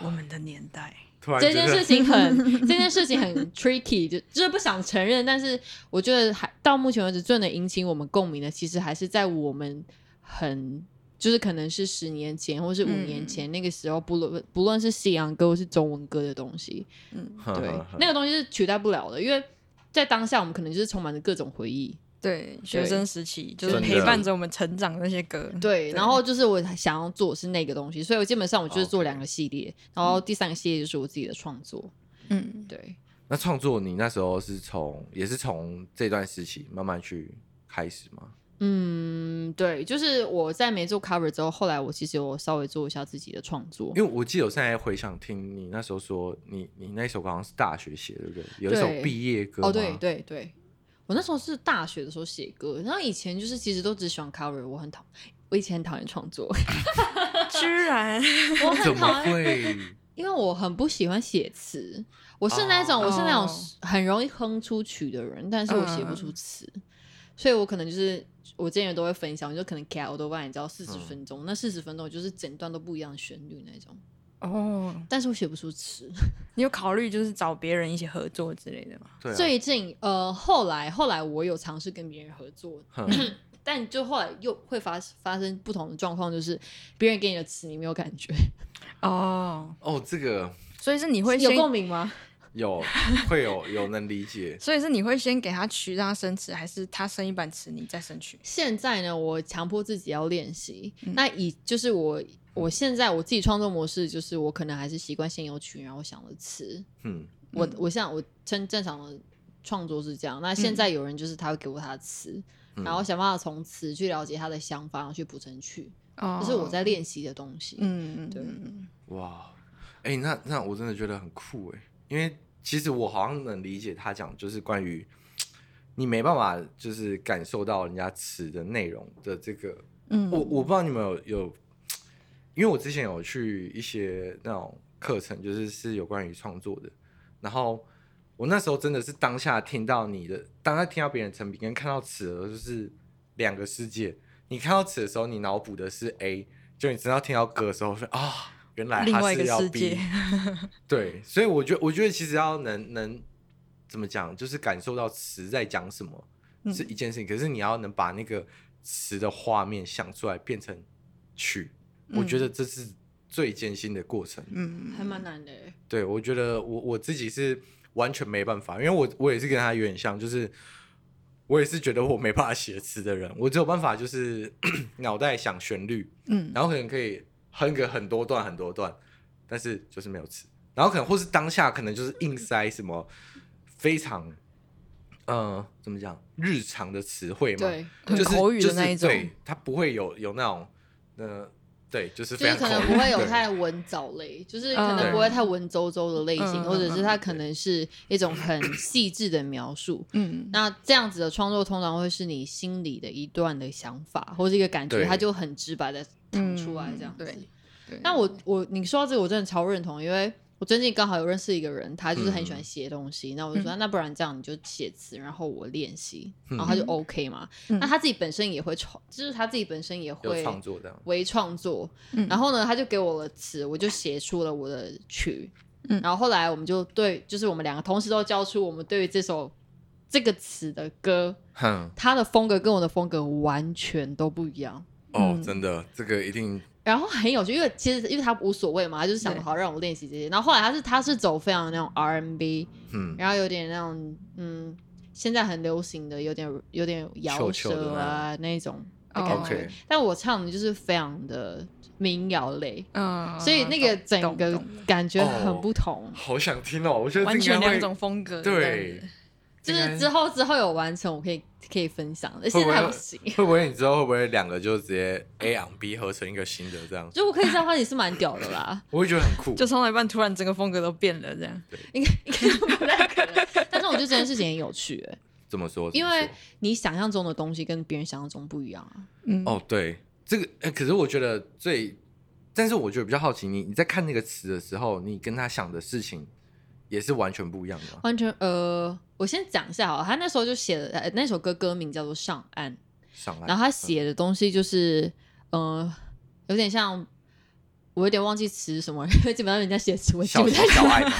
Speaker 1: 我们的年代，
Speaker 2: 突然
Speaker 4: 这
Speaker 2: 觉
Speaker 4: 件
Speaker 2: 得
Speaker 4: 事情很，这件事情很 tricky，就就是不想承认。但是我觉得还到目前为止最能引起我们共鸣的，其实还是在我们很。就是可能是十年前或是五年前、那个时候，不论不论是西洋歌或是中文歌的东西，
Speaker 1: 嗯，
Speaker 2: 哼
Speaker 4: 对
Speaker 2: 哼哼
Speaker 4: 那个东西是取代不了的，因为在当下我们可能就是充满着各种回忆，
Speaker 1: 对，学生时期就是
Speaker 2: 真的
Speaker 1: 陪伴着我们成长的那些歌。
Speaker 4: 对，然后就是我想要做的是那个东西，所以我基本上我就是做两个系列然后第三个系列就是我自己的创作，
Speaker 1: 嗯，
Speaker 4: 对，
Speaker 2: 那创作你那时候是从也是从这段时期慢慢去开始吗？
Speaker 4: 嗯，对，就是我在没做 cover 之后，后来我其实有稍微做一下自己的创作，
Speaker 2: 因为我记得我现在回想听你那时候说，你你那首歌好像是大学写的，对不对？有一首
Speaker 4: 对
Speaker 2: 毕业歌
Speaker 4: 哦，对
Speaker 2: 吗，
Speaker 4: 对对，我那时候是大学的时候写歌，然后以前就是其实都只喜欢 cover，我很讨，我以前很讨厌创作，
Speaker 1: 居然
Speaker 4: [LAUGHS] 我很
Speaker 2: 怎么
Speaker 4: 讨厌，
Speaker 2: 会？
Speaker 4: [LAUGHS] 因为我很不喜欢写词，我是那种、
Speaker 1: 哦
Speaker 4: 我是那种很容易哼出曲的人，但是我写不
Speaker 2: 嗯
Speaker 4: 出词，所以我可能就是。我之前都会分享，我就可能 K O 的万，你知道四十
Speaker 2: 嗯
Speaker 4: 分钟，那四十分钟就是整段都不一样的旋律那种，
Speaker 1: [LAUGHS] 哦，
Speaker 4: 但是我写不出词，
Speaker 1: 你有考虑就是找别人一起合作之类的吗？
Speaker 2: 对、啊，
Speaker 4: 最近呃，后来后来我有尝试跟别人合作，
Speaker 2: 哼
Speaker 4: 但就后来又会发发生不同的状况，就是别人给你的词你没有感觉，
Speaker 1: 哦，
Speaker 2: 哦，这个
Speaker 1: 所以是你会
Speaker 4: 有
Speaker 1: 先，
Speaker 4: 共鸣吗？
Speaker 2: 有会有有能理解，
Speaker 1: 所以是你会先给他曲让他生词，还是他生一版词你再生曲？
Speaker 4: 现在呢，我强迫自己要练习。
Speaker 1: 嗯
Speaker 4: 那以就是我我现在我自己创作模式，就是我可能还是习惯现有曲，然后我想了词。
Speaker 2: 嗯，
Speaker 4: 我我现在我正正常的创作是这样。那
Speaker 1: 嗯
Speaker 4: 现在有人就是他会给我他的词，
Speaker 2: 嗯
Speaker 4: 然后想办法从词去了解他的想法，然后去谱成曲。
Speaker 1: 哦
Speaker 4: 这是我在，练习的东西。
Speaker 1: 嗯，
Speaker 4: 对
Speaker 1: 嗯
Speaker 2: 哇，哎、那那我真的觉得很酷哎、因为其实我好像能理解他讲就是关于你没办法就是感受到人家词的内容的这个
Speaker 1: 嗯，
Speaker 2: 我我不知道你们有有，因为我之前有去一些那种课程，就是是有关于创作的，然后我那时候真的是当下听到你的，当下听到别人的成品跟看到词的时候就是两个世界。你看到词的时候，你脑补的是 A，就你真到听到歌的时候说啊、原来
Speaker 1: 另
Speaker 2: 它
Speaker 1: 外一
Speaker 2: 是
Speaker 1: 个
Speaker 2: 要
Speaker 1: 世
Speaker 2: B
Speaker 1: 界。 [LAUGHS]
Speaker 2: 对，所以我觉得，我觉得其实要能能怎么讲，就是感受到词在讲什么、
Speaker 1: 嗯
Speaker 2: 是一件事情，可是你要能把那个词的画面想出来变成曲，我觉
Speaker 1: 嗯
Speaker 2: 得这是最艰辛的过程。
Speaker 1: 嗯，
Speaker 4: 还蛮难的欸。
Speaker 2: 对，我觉得我我自己是完全没办法，因为我我也是跟他有点像，就是我也是觉得我没办法写词的人，我只有办法就是 [COUGHS] 脑袋想旋律，
Speaker 1: 嗯，
Speaker 2: 然后可能可以哼个很多段很多段，但是就是没有词，然后可能或是当下可能就是硬塞什么非常。呃，怎么讲？日常的词汇嘛，
Speaker 4: 对，
Speaker 2: 就是
Speaker 1: 很口语的
Speaker 2: 就是
Speaker 1: 那一种
Speaker 2: 对，它不会有有那种，呃，对，就是
Speaker 4: 就
Speaker 2: 非
Speaker 4: 是
Speaker 2: 常
Speaker 4: 可
Speaker 2: 口
Speaker 4: 能
Speaker 2: 语，
Speaker 4: 不会有
Speaker 2: 对
Speaker 4: 太文藻类，就是
Speaker 1: 嗯
Speaker 4: 可能不会太文绉绉的类型，
Speaker 1: 嗯
Speaker 4: 或者是它可能是一种很细致的描述。
Speaker 1: 嗯，
Speaker 4: 那这样子的创作通常会是你心里的一段的想法或是一个感觉，
Speaker 2: 对
Speaker 4: 它就很直白的淌出来这样子。
Speaker 1: 嗯对对
Speaker 4: 那我我你说到这个，我真的超认同，因为我最近刚好有认识一个人，他就是很
Speaker 2: 嗯
Speaker 4: 喜欢写东西，那我就说、
Speaker 1: 嗯
Speaker 4: 那不然这样你就写词，然后我练习，然后他就 OK 嘛。
Speaker 1: 嗯
Speaker 4: 那他自己本身也会创，就是他自己本身也
Speaker 2: 有
Speaker 4: 会
Speaker 2: 创作这样，
Speaker 4: 微创作，
Speaker 1: 嗯
Speaker 4: 然后呢，他就给我了词，我就写出了我的曲，
Speaker 1: 嗯
Speaker 4: 然后后来我们就对，就是我们两个同时都交出我们对于这首这个词的歌，
Speaker 2: 哼，
Speaker 4: 他的风格跟我的风格完全都不一样，
Speaker 2: 哦，
Speaker 1: 嗯
Speaker 2: 真的，这个一定
Speaker 4: 然后很有趣，因为其实因为他无所谓嘛，他就是想
Speaker 1: 对
Speaker 4: 好让我练习这些，然后后来他是他是走非常那种 R&B，
Speaker 2: 嗯，
Speaker 4: 然后有点那种嗯，现在很流行的有点有点
Speaker 2: 秋
Speaker 4: 摇
Speaker 2: 秋的
Speaker 4: 舌啊那种的
Speaker 1: 哦
Speaker 4: 感觉
Speaker 2: OK
Speaker 4: 但我唱的就是非常的民谣类。
Speaker 1: 嗯，
Speaker 4: 所以那个整
Speaker 1: 懂
Speaker 4: 个
Speaker 1: 懂懂
Speaker 4: 感觉
Speaker 2: 哦
Speaker 4: 很不同。
Speaker 2: 好想听哦，我觉得
Speaker 1: 完全
Speaker 2: 这应该
Speaker 1: 两
Speaker 2: 会
Speaker 1: 种风格，
Speaker 2: 对，，
Speaker 4: 就是之后之后有完成，我可以可以分享，
Speaker 2: 会
Speaker 4: 现
Speaker 2: 不
Speaker 4: 在还
Speaker 2: 会
Speaker 4: 不行。
Speaker 2: 会不会你知道会不会两个就直接 A on B 合成一个新的这样，，
Speaker 4: 就我可以这样的话，也是蛮屌的啦
Speaker 2: 我会觉得很酷，
Speaker 1: 就唱到一半突然整个风格都变了，这样，
Speaker 4: 应该应该不太可能。但是我觉得这件事情很有趣、欸，
Speaker 2: 怎么说？
Speaker 4: 因
Speaker 2: 怎么
Speaker 4: 为
Speaker 2: 说
Speaker 4: 你想象中的东西跟别人想象中不一样啊。
Speaker 1: [LAUGHS] 嗯，
Speaker 2: 哦，对，这个、呃可是我觉得最，但是我觉得比较好奇，你你在看那个词的时候，你跟他想的事情也是完全不一样的吗。
Speaker 4: 完全呃，我先讲一下好了，他那时候就写了呃那首歌，歌名叫做《上岸》，
Speaker 2: 上来，嗯
Speaker 4: 然后他写的东西就是，呃，有点像，我有点忘记词什么，因为基本上人家写词我记
Speaker 2: 小
Speaker 4: 不
Speaker 2: 情
Speaker 4: 太
Speaker 2: 小
Speaker 4: 住
Speaker 2: 爱
Speaker 4: [LAUGHS]
Speaker 2: 嘛，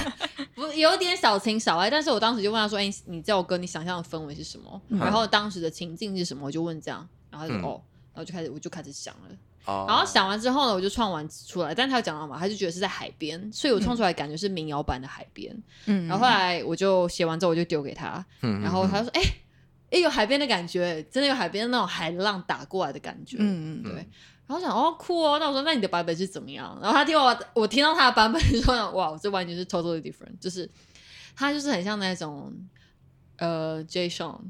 Speaker 4: 不有点小情小爱，但是我当时就问他说：“哎、你你这首歌你想象的氛围是什么？
Speaker 1: 嗯
Speaker 4: 然后当时的情境是什么？”我就问这样，然后他就、
Speaker 2: 嗯
Speaker 4: 哦，然后就开始我就开始想了，
Speaker 2: 哦
Speaker 4: 然后想完之后呢，我就创完出来，但他有讲到嘛，他就觉得是在海边，所以我创出来感觉是民谣版的海边。
Speaker 1: 嗯，
Speaker 4: 然后后来我就写完之后我就丢给他，
Speaker 2: 嗯
Speaker 4: 然后他
Speaker 2: 嗯
Speaker 4: 就说：“哎、哎、有海边的感觉，真的有海边那种海浪打过来的感觉。”
Speaker 1: 嗯，
Speaker 4: 对
Speaker 1: 嗯，
Speaker 4: 然后想哦酷哦，那我说那你的版本是怎么样？然后他听我我听到他的版本说哇，这完全是 totally different，就是他就是很像那种呃 J Sean，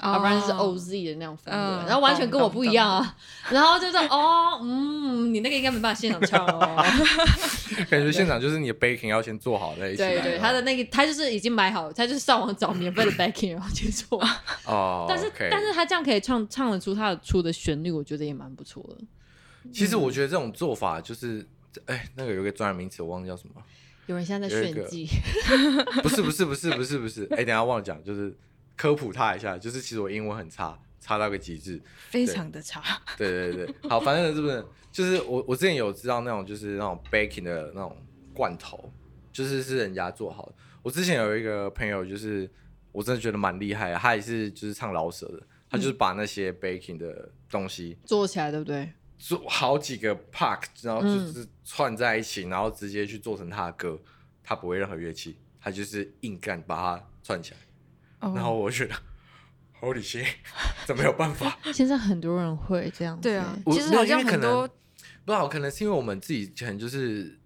Speaker 4: 要不然就是
Speaker 1: 哦
Speaker 4: OZ 的那种风格，然后完全跟我不一样啊。然后就是哦，嗯，你那个应该没办法现场唱 [LAUGHS] 哦。
Speaker 2: 感觉现场就是你的 baking 要先做好在一起来
Speaker 4: 对
Speaker 2: 的。
Speaker 4: 对，他的那个他就是已经买好，他就是上网找免费的 backing 然后去做。
Speaker 2: 哦，
Speaker 4: 但是
Speaker 2: OK
Speaker 4: 但是他这样可以唱唱得出他的出的旋律，我觉得也蛮不错的。
Speaker 2: 其实
Speaker 4: 嗯
Speaker 2: 我觉得这种做法就是，哎，那个有一个专业名词，我忘记叫什么了。
Speaker 4: 有人现在在
Speaker 2: 有一
Speaker 4: 炫
Speaker 2: 个
Speaker 4: [LAUGHS] 技，
Speaker 2: 不是不是不是不是不是，哎，等一下忘了讲，就是科普他一下，就是其实我英文很差，差到个极致。
Speaker 1: 非常的差。
Speaker 2: 对对对，好，反正是不是就是我我之前有知道那种就是那种 baking 的那种罐头，就是是人家做好的。我之前有一个朋友，就是我真的觉得蛮厉害的，他也是就是唱老舍的，他就是把那些 baking 的东西
Speaker 4: 做起来对不对？
Speaker 2: 做好几个 pack，然后就
Speaker 4: 嗯
Speaker 2: 是串在一起，然后直接去做成他的歌，他不会任何乐器，他就是硬干把它串起来。然后
Speaker 1: 哦，
Speaker 2: 我就觉得。Holy shit！怎么有办法？
Speaker 4: [LAUGHS] 现在很多人会这样子。
Speaker 1: 对啊
Speaker 4: 欸，
Speaker 2: 我
Speaker 1: 其实
Speaker 2: 没有
Speaker 1: 好
Speaker 2: 因为
Speaker 1: 像
Speaker 2: 可
Speaker 1: 很
Speaker 2: 能
Speaker 1: 多
Speaker 2: 不好，可能是因为我们自己可能就是，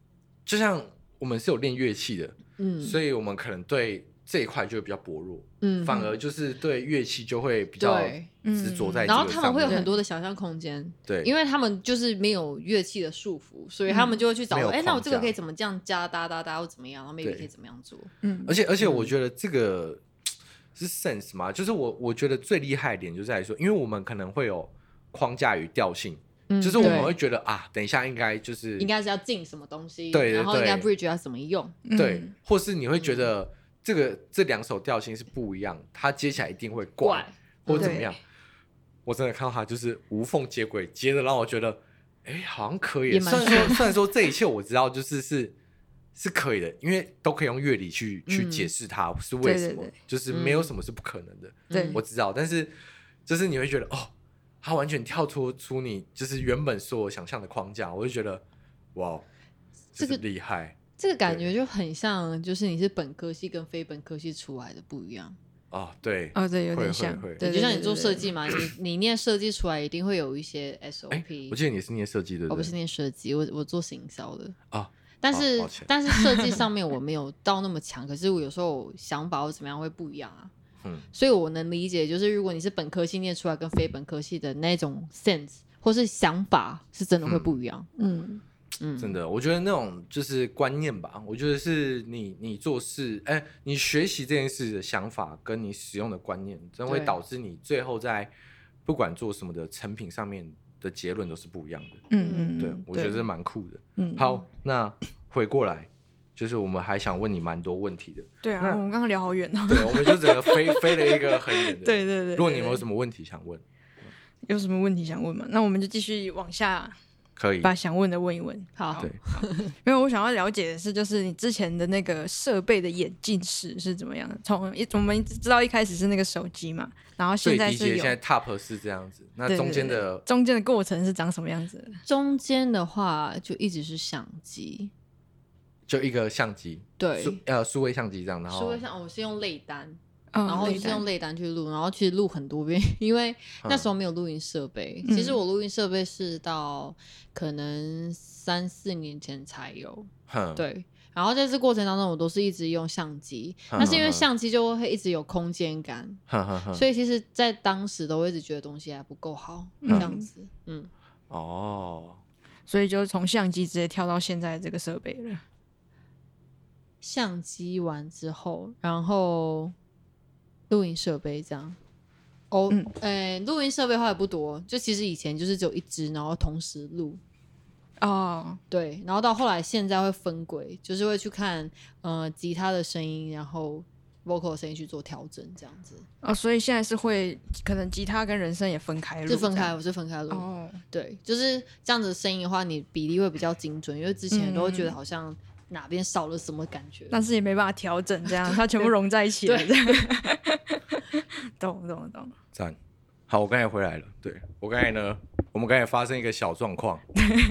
Speaker 2: 就像我们是有练乐器的，
Speaker 4: 嗯
Speaker 2: 所以我们可能对这一块就会比较薄弱，
Speaker 4: 嗯
Speaker 2: 反而就是对乐器就会比较
Speaker 4: 对嗯
Speaker 2: 执着在这个上面。
Speaker 4: 然后他们会有很多的想象空间，
Speaker 2: 对，
Speaker 4: 因
Speaker 2: 为
Speaker 4: 为他们就是没有乐器的束缚，所以他们就会去找
Speaker 2: 没有
Speaker 4: 说，哎、
Speaker 2: 框
Speaker 4: 那我这个
Speaker 2: 架
Speaker 4: 可以怎么这样加搭搭搭，或怎么样，然后 maybe
Speaker 2: 对
Speaker 4: 可以怎么样做？
Speaker 1: 嗯
Speaker 2: 而且而且我觉得这个是 sense 嘛，就是我我觉得最厉害的点就在于说，因为我们可能会有框架与调性，
Speaker 4: 嗯
Speaker 2: 就是我们
Speaker 4: 对
Speaker 2: 会觉得啊，等一下应该就是
Speaker 4: 应该是要进什么东西，
Speaker 2: 对对
Speaker 4: 然后应该
Speaker 2: 对
Speaker 4: bridge 要怎么用，
Speaker 2: 对，
Speaker 1: 嗯
Speaker 2: 或是你会觉得这个这两首调性是不一样，它接起来一定会怪
Speaker 4: 怪
Speaker 2: 或者怎么样。我真的看到他就是无缝接轨，接的让我觉得，哎、好像可以。
Speaker 4: 也蛮
Speaker 2: 虽然说 [LAUGHS] 虽然说这一切我知道就是是是可以的，因为都可以用乐理去去
Speaker 4: 嗯
Speaker 2: 解释它是为什么，
Speaker 1: 对对对嗯
Speaker 2: 就是没有什么是不可能的。
Speaker 1: 对
Speaker 2: 我知道，但是就是你会觉得哦，它完全跳脱出你就是原本所有想象的框架，我就觉得哇，
Speaker 4: 这个
Speaker 2: 就是厉害
Speaker 4: 这个感觉就很像，就是你是本科系跟非本科系出来的不一样。
Speaker 2: 哦，对，
Speaker 1: 哦，对，有
Speaker 2: 会
Speaker 1: 点
Speaker 2: 会
Speaker 1: 像，
Speaker 2: 会
Speaker 1: 对，
Speaker 4: 就像你做设
Speaker 1: 计。
Speaker 4: 计嘛，你你念设计出来一定会有一些
Speaker 2: 哎
Speaker 4: SOP。
Speaker 2: 我记得你是念设计的，
Speaker 1: 哦
Speaker 4: 我不是念设计，我我做行销的。
Speaker 2: 啊，
Speaker 4: 但
Speaker 2: 哦
Speaker 4: 是、
Speaker 2: 抱歉 [LAUGHS]
Speaker 4: 但是设计上面我没有到那么强，可是我有时候想法或怎么样会不一样啊。
Speaker 2: 嗯
Speaker 4: 所以我能理解，就是如果你是本科系念出来跟非本科系的那种 sense 或是想法，是真的会不一样。
Speaker 1: 嗯，
Speaker 4: 嗯，
Speaker 2: 真的，我觉得那种就是观念吧，我觉得是你你做事，哎、你学习这件事的想法跟你使用的观念，真会
Speaker 4: 对
Speaker 2: 导致你最后在不管做什么的成品上面的结论都是不一样的。
Speaker 1: 嗯嗯，
Speaker 2: 对，
Speaker 1: 嗯
Speaker 2: 我觉得这蛮酷的。
Speaker 1: 嗯，
Speaker 2: 好，那回过来，就是我们还想问你蛮多问题的，
Speaker 1: 对啊，
Speaker 2: 那
Speaker 1: 我们刚刚聊好远哦。 [LAUGHS]
Speaker 2: 对，我们就整个飞飞了一个很远的。
Speaker 1: 对对对，
Speaker 2: 如果你有没有
Speaker 1: 对
Speaker 2: 什么问题想问，
Speaker 1: 有什么问题想问吗？那我们就继续往下
Speaker 2: 可以。
Speaker 1: 把想问的问一问。
Speaker 4: 好
Speaker 2: 对，
Speaker 1: 没有，我想要了解的是，就是你之前的那个设备的眼镜式是怎么样的？从一我们一直知道一开始是那个手机嘛，然后
Speaker 2: 最
Speaker 1: 在
Speaker 2: 低阶
Speaker 1: 是有
Speaker 2: 现在 top 是这样子，那
Speaker 1: 对对
Speaker 2: 中间
Speaker 1: 对
Speaker 2: 的
Speaker 1: 中间的过程是长什么样子的？
Speaker 4: 中间的话就一直是相机，
Speaker 2: 就一个相机，
Speaker 4: 对
Speaker 2: 数呃数位相机这样，然后
Speaker 4: 是会像哦我是用类单，
Speaker 1: 嗯
Speaker 4: 然后就是用类单去录，然后去录很多遍， [LAUGHS] 因为
Speaker 2: 嗯
Speaker 4: 那时候没有录音设备。
Speaker 1: 嗯
Speaker 4: 其实我录音设备是到可能三四年前才有，
Speaker 2: 哼，
Speaker 4: 对。然后在这过程当中，我都是一直用相机，
Speaker 2: 嗯
Speaker 4: 但是因
Speaker 2: 嗯
Speaker 4: 为
Speaker 2: 嗯
Speaker 4: 相机就会一直有空间感，
Speaker 2: 哼哼哼，
Speaker 4: 所以其实，在当时都会一直觉得东西还不够好，
Speaker 1: 嗯
Speaker 4: 这样子，嗯。
Speaker 2: 哦，
Speaker 1: 所以就从相机直接跳到现在这个设备了。
Speaker 4: 相机完之后，然后录音设备这样。哦
Speaker 1: 嗯，
Speaker 4: 呃、录、音设备话也不多，就其实以前就是只有一支，然后同时录。
Speaker 1: 哦，
Speaker 4: 对，然后到后来现在会分轨，就是会去看呃吉他的声音，然后 vocal 的声音去做调整，这样子
Speaker 1: 哦，所以现在是会可能吉他跟人声也分开录，
Speaker 4: 是分
Speaker 1: 这
Speaker 4: 开，
Speaker 1: 样
Speaker 4: 我是分开录。
Speaker 1: 哦，
Speaker 4: 对，就是这样子的声音的话，你比例会比较精准，因为之前都会
Speaker 1: 嗯
Speaker 4: 觉得好像哪边少了什么感觉。
Speaker 1: 但是也没办法调整，这样它全部融在一起了，这样。 [LAUGHS] 懂懂懂，
Speaker 2: 赞，好，我刚才回来了，对我刚才呢，我们刚才发生一个小状况，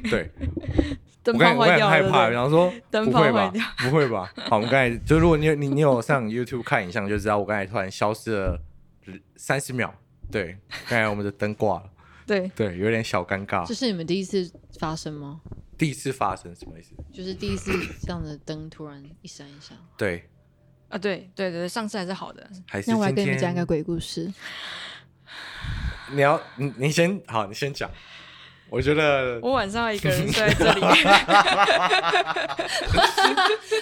Speaker 2: 对
Speaker 1: 灯
Speaker 2: 我刚才
Speaker 1: 泡
Speaker 2: 我刚
Speaker 1: 坏
Speaker 2: 才
Speaker 1: 掉
Speaker 2: 很
Speaker 1: 了，对
Speaker 2: 害怕，
Speaker 1: 不对
Speaker 2: 然后说
Speaker 1: 灯
Speaker 2: 不
Speaker 1: 泡
Speaker 2: 会
Speaker 1: 坏
Speaker 2: 吧
Speaker 1: 掉，
Speaker 2: [LAUGHS] 不会吧，好，我们刚才就如果你有你你有上 YouTube 看影像就知啊道，我刚才突然消失了三十秒，对，刚才我们的灯挂了，
Speaker 1: 对，
Speaker 2: 对，有点小尴尬
Speaker 4: 这，是你们第一次发生吗？
Speaker 2: 第一次发生什么意思？
Speaker 4: 就是第一次这样的灯突然一闪一闪。
Speaker 2: 对，
Speaker 1: 啊，对对对，上次还是好的，
Speaker 2: 还是
Speaker 4: 那我来
Speaker 2: 今
Speaker 4: 跟你们讲一个
Speaker 2: 天
Speaker 4: 鬼故事。
Speaker 2: 你要你你先好，你先讲。 [LAUGHS] 我觉得
Speaker 1: 我晚上一个人睡在这里，
Speaker 4: [LAUGHS]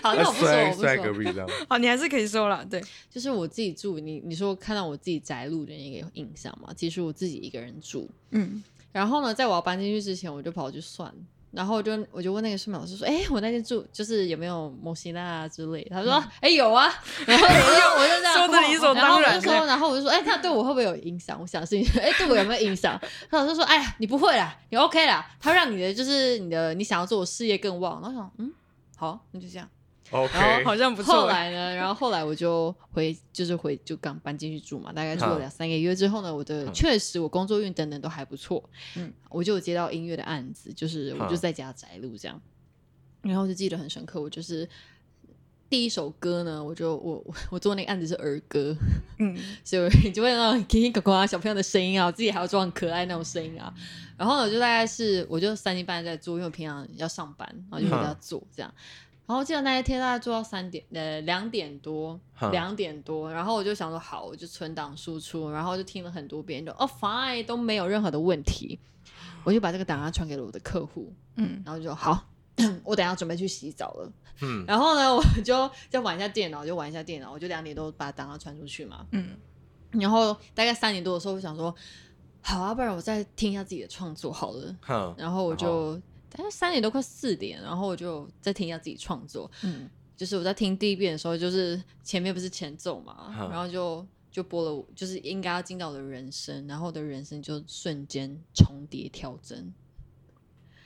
Speaker 4: 好，那我不说，
Speaker 2: 帅
Speaker 4: 我不
Speaker 2: 帅呃隔
Speaker 4: 说，
Speaker 2: 壁
Speaker 4: [LAUGHS]
Speaker 2: 这样，
Speaker 1: [LAUGHS] 好，你还是可以说了。对，
Speaker 4: 就是我自己住，你你说看到我自己宅路的那个印象嘛？其实我自己一个人住，
Speaker 1: 嗯，
Speaker 4: 然后呢，在我要搬进去之前，我就跑去算，然后我就我就问那个数学老师说：“哎、我那天住就是有没有摩西娜啊之类的？”他说：“哎、
Speaker 1: [LAUGHS]
Speaker 4: 有啊。”然后我就我就这
Speaker 1: 嗯
Speaker 4: 样
Speaker 1: 说得理所当然
Speaker 4: 然后我就说，然后我就说：“哎、那对我会不会有影响？”我想 [LAUGHS] 是，哎、对我有没有
Speaker 1: [LAUGHS]
Speaker 4: 影响？他老师说：“哎呀，你不会啦，你 OK 啦。”他让你的就是你的你想要做的事业更旺。然后我想，嗯，好，那就这样。
Speaker 2: OK，
Speaker 1: 好像不
Speaker 4: 后
Speaker 1: 错。欸
Speaker 4: 来呢，然后后来我就回，就是回就刚搬进去住嘛，大概住
Speaker 1: 啊
Speaker 4: 了
Speaker 2: 嗯
Speaker 4: 两三个月之后呢，我的
Speaker 2: 嗯
Speaker 4: 确实我工作运等等都还不错，
Speaker 1: 嗯
Speaker 4: 嗯，我就有接到音乐的案子，就是
Speaker 1: 啊
Speaker 4: 我就
Speaker 2: 嗯
Speaker 4: 在家宅录这样，然后就记得很深刻，我就是。第一首歌呢，我就我我我做那个案子是儿歌，
Speaker 1: 嗯，
Speaker 4: 所以你就会那种叽叽呱呱小朋友的声音啊，我自己还要装很可爱那种声音啊。然后我就大概是我就三更半夜在做，因为我平常要上班，然后就回家做这样。然后记得那一天大概做到三点，呃，两点多，
Speaker 2: 哼
Speaker 4: 两点多，然后我就想说好，我就存档输出，然后就听了很多遍，就哦 fine 都没有任何的问题，我就把这个档案传给了我的客户，
Speaker 1: 嗯，
Speaker 4: 然后就说好，我等一下准备去洗澡了。
Speaker 2: 嗯，
Speaker 4: 然后呢，我就再玩一下电脑，就玩一下电脑，我就两点多把档案传出去嘛。
Speaker 1: 嗯，
Speaker 4: 然后大概三点多的时候，我想说，好啊，不然我再听一下自己的创作好了。
Speaker 2: 哼，
Speaker 4: 然后我
Speaker 2: 然后
Speaker 4: 就大概三点多快四点，然后我就再听一下自己创作。
Speaker 1: 嗯，
Speaker 4: 就是我在听第一遍的时候，就是前面不是前奏嘛，
Speaker 2: 嗯
Speaker 4: 然后就就播了我，就是应该要进到我的人生，然后我的人生就瞬间重叠跳针。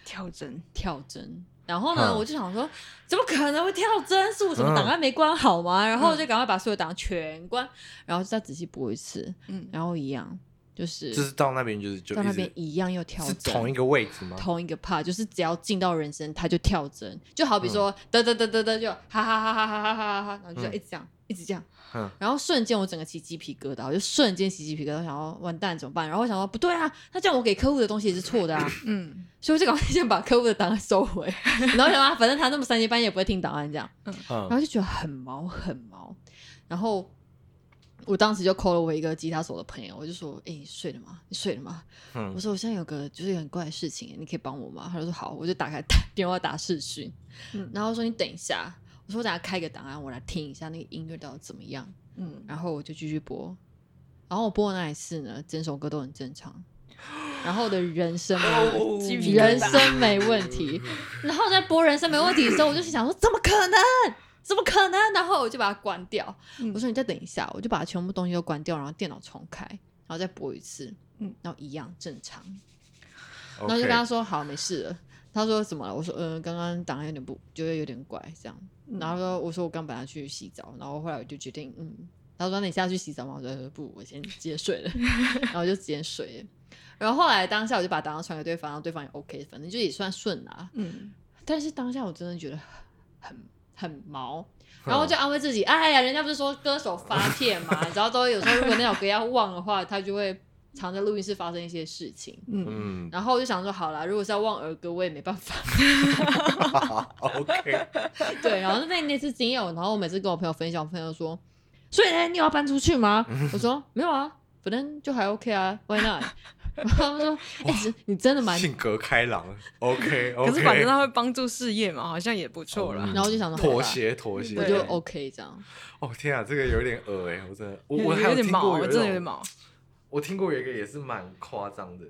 Speaker 1: 跳针，
Speaker 4: 跳针。然后呢，
Speaker 2: 嗯
Speaker 4: 我就想说，怎么可能会跳针？是我什么档案没关好吗？然后
Speaker 2: 嗯
Speaker 4: 我就赶快把所有档案全关，然后再仔细播一次，
Speaker 1: 嗯，
Speaker 4: 然后一样，就是
Speaker 2: 就是到那边就是就
Speaker 4: 到那
Speaker 2: 一直
Speaker 4: 边一样又跳
Speaker 2: 是
Speaker 4: 针，
Speaker 2: 同一个位置吗？
Speaker 4: 同一个 part，就是只要进到人生，他就跳针，就好比说得得得得得，就哈哈哈哈哈哈哈哈，然后就
Speaker 2: 嗯
Speaker 4: 一直这样，一直这样
Speaker 2: 嗯，
Speaker 4: 然后瞬间我整个起鸡皮疙瘩，我就瞬间起鸡皮疙瘩，想要完蛋怎么办？然后我想说不对啊，那这样我给客户的东西也是错的啊，
Speaker 1: 嗯，
Speaker 4: 所以我就赶快先把客户的档案收回，然后想啊，反正他那么三更半夜也不会听档案这样，然
Speaker 2: 嗯
Speaker 4: 后就觉得很毛很毛，然后我当时就 call 了我一个吉他手的朋友，我就说，哎、你睡了吗？你睡了吗？我
Speaker 2: 嗯，
Speaker 4: 说我现在有个就是很怪的事情，你可以帮我吗？他就说好，我就打开电话打视讯，
Speaker 1: 嗯
Speaker 4: 然后说你等一下，我说我等下开个档案，我来听一下那个音乐到底怎么样，
Speaker 1: 嗯，
Speaker 4: 然后我就继续播，然后我播的那一次呢，整首歌都很正常，然后我的人生没有问
Speaker 1: [LAUGHS]
Speaker 4: 题
Speaker 1: 鸡皮疙
Speaker 4: 人
Speaker 1: 瘩。
Speaker 4: 生没问题。然后在播人生没问题的时候，我就想说，怎么可能？怎么可能？然后我就把它关掉。
Speaker 1: 嗯
Speaker 4: 我说你再等一下，我就把全部东西都关掉，然后电脑重开，然后再播一次。
Speaker 1: 嗯
Speaker 4: 嗯，然后一样正常。然后就
Speaker 2: OK，
Speaker 4: 跟他说好，没事了。他说怎么了？我说嗯，刚刚档案有点不，觉得有点怪这样。然后说我说我刚本来去洗澡，然后后来我就决定嗯，他说那你下去洗澡吗？我说呃不，我先直接睡了，然后我就直接睡了。然后后来当下我就把档案传给对方，然后对方也 OK，反正就也算顺啦。
Speaker 1: 嗯，
Speaker 4: 但是当下我真的觉得很很毛，然后就安慰自己，哎呀，人家不是说歌手发片嘛，然后都有时候如果那首歌要忘的话，他就会常在录音室发生一些事情。
Speaker 1: 嗯，
Speaker 2: 嗯
Speaker 4: 然后我就想说，好啦，如果是要忘儿歌，我也没
Speaker 2: [LAUGHS]
Speaker 4: 办法。
Speaker 2: ，OK，
Speaker 4: 对，然后那那次经验，我然后我每次跟我朋友分享，我朋友说，所以呢，你有要搬出去吗？
Speaker 2: [LAUGHS]
Speaker 4: 我说没有啊，反正就还 OK 啊，Why not？然后他们说，哎、你真的 [LAUGHS] 蛮……
Speaker 2: 性格开朗，OK，
Speaker 4: [LAUGHS]
Speaker 1: 可是反正
Speaker 2: OK，
Speaker 1: 它会帮助事业嘛，好像也不错啦。
Speaker 2: 嗯
Speaker 4: 然后我就想说，好
Speaker 2: 妥
Speaker 4: 吧，
Speaker 2: 协妥协，
Speaker 4: 我
Speaker 1: 对
Speaker 4: 就 OK 这样。
Speaker 2: 哦天啊，这个有点恶哎，我真的，我
Speaker 1: 有
Speaker 2: 我还
Speaker 1: 有点
Speaker 2: 听
Speaker 1: 毛，
Speaker 2: 过
Speaker 1: 我
Speaker 2: 有一
Speaker 1: 真的有
Speaker 2: 种
Speaker 1: 点毛。
Speaker 2: 我听过有一个也是蛮夸张的，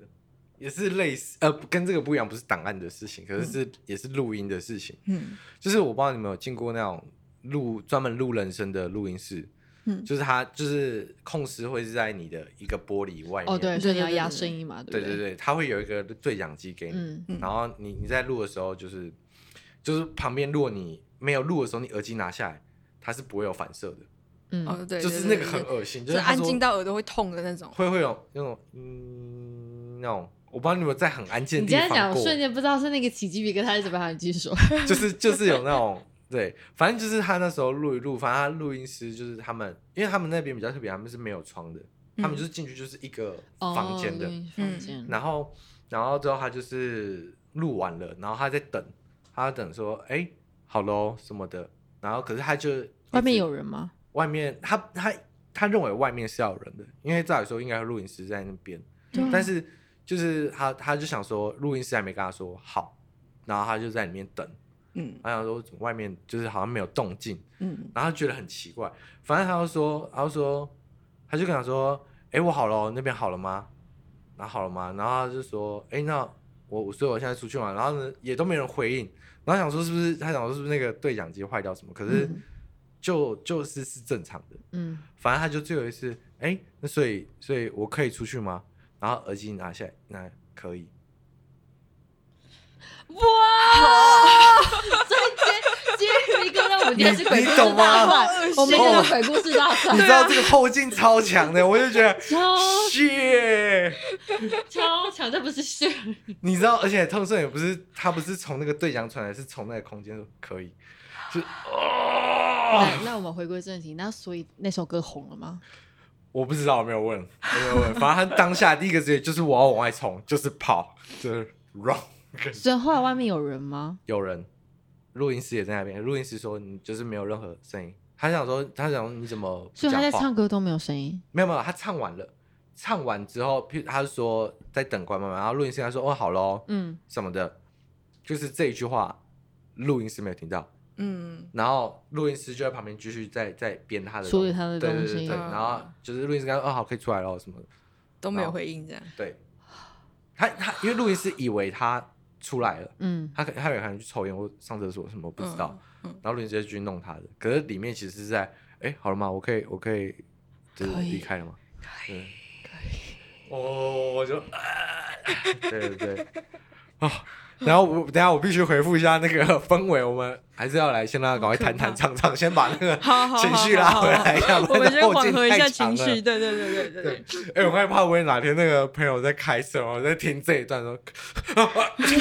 Speaker 2: 也是类似呃跟这个不一样，不是档案的事情，
Speaker 4: 嗯
Speaker 2: 可是是、也是录音的事情。
Speaker 1: 嗯
Speaker 2: 就是我不知道你们有进过那种录专门录人声的录音室，
Speaker 1: 嗯
Speaker 2: 就是它就是控时会是在你的一个玻璃外面，
Speaker 4: 哦，对，
Speaker 1: 对
Speaker 4: 所以你
Speaker 1: 对
Speaker 4: 要
Speaker 1: 对
Speaker 4: 压
Speaker 1: 对
Speaker 4: 声音嘛，
Speaker 2: 对
Speaker 4: 不
Speaker 2: 对对，它会有一个对讲机给你，
Speaker 4: 嗯，
Speaker 1: 嗯
Speaker 2: 然后你你在录的时候就是就是旁边如果你没有录的时候，你耳机拿下来，它是不会有反射的，
Speaker 4: 嗯，
Speaker 1: 哦，对，
Speaker 2: 就是那
Speaker 1: 对
Speaker 2: 个
Speaker 1: 对
Speaker 2: 很
Speaker 1: 对
Speaker 2: 恶心，
Speaker 1: 就是
Speaker 2: 是它
Speaker 1: 安
Speaker 2: 说
Speaker 1: 静到耳朵会痛的那种。
Speaker 2: 会会有那种嗯那种，我不知道你有没有在很安静
Speaker 4: 你
Speaker 2: 的
Speaker 4: 这
Speaker 2: 地
Speaker 4: 样讲，
Speaker 2: 方
Speaker 4: 我
Speaker 2: 过，
Speaker 4: 瞬间不知道是那个起鸡皮疙瘩还是怎么样，你继续说。
Speaker 2: 就是就是有那种对，反正就是他那时候录一录，反正他录音师就是他们，因为他们那边比较特别，他们是没有窗的，他们就是进去就是一个房间的，
Speaker 4: 哦录音
Speaker 1: 嗯
Speaker 4: 房间，
Speaker 2: 然后然后之后他就是录完了，然后他在等，他在等说哎、好喽什么的，然后可是他就一直
Speaker 4: 外面有人吗？
Speaker 2: 外面他他他认为外面是要有人的，因为照理说应该录影师在那边，
Speaker 1: 嗯
Speaker 4: 对
Speaker 2: 但是就是他他就想说录音师还没跟他说好，然后他就在里面等，
Speaker 1: 嗯
Speaker 2: 他想说怎么外面就是好像没有动静，
Speaker 1: 嗯，
Speaker 2: 然后他觉得很奇怪，反正他就说，他就说，他就跟他说，哎、我好了哦，那边好了吗？然后好了吗？然后他就说，哎、那我我所以我现在出去玩，然后呢也都没人回应，然后想说是不是他想说是不是那个对讲机坏掉什么？可是
Speaker 4: 嗯
Speaker 2: 就就是是正常的，
Speaker 4: 嗯，
Speaker 2: 反正他就最后一次，哎、那所以所以我可以出去吗？然后耳机拿下来，那可以，
Speaker 4: 今天一个让我们今天是鬼故
Speaker 2: 你
Speaker 4: 事
Speaker 2: 懂吗
Speaker 4: 大赛，我们今天
Speaker 2: 好恶哦
Speaker 4: 的鬼故事大
Speaker 2: 你
Speaker 4: 赛，。
Speaker 2: 知道这个后劲超强的，我就觉得
Speaker 4: 超
Speaker 2: 谢。
Speaker 4: 超强，这不
Speaker 2: [LAUGHS]
Speaker 4: 是事。
Speaker 2: 你知道，而且汤森也不是他不是从那个对讲传来，是从那个空间可以， [LAUGHS] 哦是啊
Speaker 4: 那那我们回归正题，那所以那首歌红了吗？
Speaker 2: 我不知道，我没有问，我没有问。反正他当下第一个直觉就是我要往外冲，就是跑，就是 run。
Speaker 4: 所以后来外面有人吗？
Speaker 2: 有人，录音师也在那边，录音师说你就是没有任何声音。他想说，他想说你怎么不
Speaker 4: 所以他
Speaker 2: 讲
Speaker 4: 在
Speaker 2: 话？
Speaker 4: 唱歌都没有声音。
Speaker 2: 没有没有，他唱完了，唱完之后，譬如他就说在等关妈妈，然后录音师他说哦好喽、
Speaker 4: 嗯，
Speaker 2: 什么的，就是这一句话，录音师没有听到。
Speaker 1: 嗯，
Speaker 2: 然后录音师就在旁边继续在在编他的
Speaker 4: 处理
Speaker 2: 东
Speaker 4: 他的
Speaker 2: 对
Speaker 4: 东
Speaker 2: 对对
Speaker 4: 西
Speaker 2: 对，
Speaker 1: 嗯
Speaker 2: 然后就是录音师刚说哦好可以出来了什么的，
Speaker 1: 都没有
Speaker 2: 好
Speaker 1: 回应这样。
Speaker 2: 对，他他因为录音师以为他出来了，
Speaker 4: 嗯，
Speaker 2: 他可他有可能去抽烟或上厕所什么我不知道，
Speaker 1: 嗯嗯
Speaker 2: 然后录音师就去弄他的，可是里面其实是在哎好了吗？我可以我可以就是
Speaker 4: 可以
Speaker 2: 离开了吗？可以可以，我我就啊 [LAUGHS] 对对对啊。然后我等一下我必须回复一下那个氛围，我们还是要来先让他赶快谈谈唱唱，先把那个
Speaker 1: 好好好
Speaker 2: 情绪拉回来，要不
Speaker 1: 我们
Speaker 2: 然
Speaker 1: 先
Speaker 2: 后劲
Speaker 1: 缓和一下
Speaker 2: 太强
Speaker 1: 情绪，
Speaker 2: 了。
Speaker 1: 对对对对对对，
Speaker 2: 哎、我害怕，我也哪天那个朋友在开车，然后在听这一段的
Speaker 1: [LAUGHS]
Speaker 2: 时候，直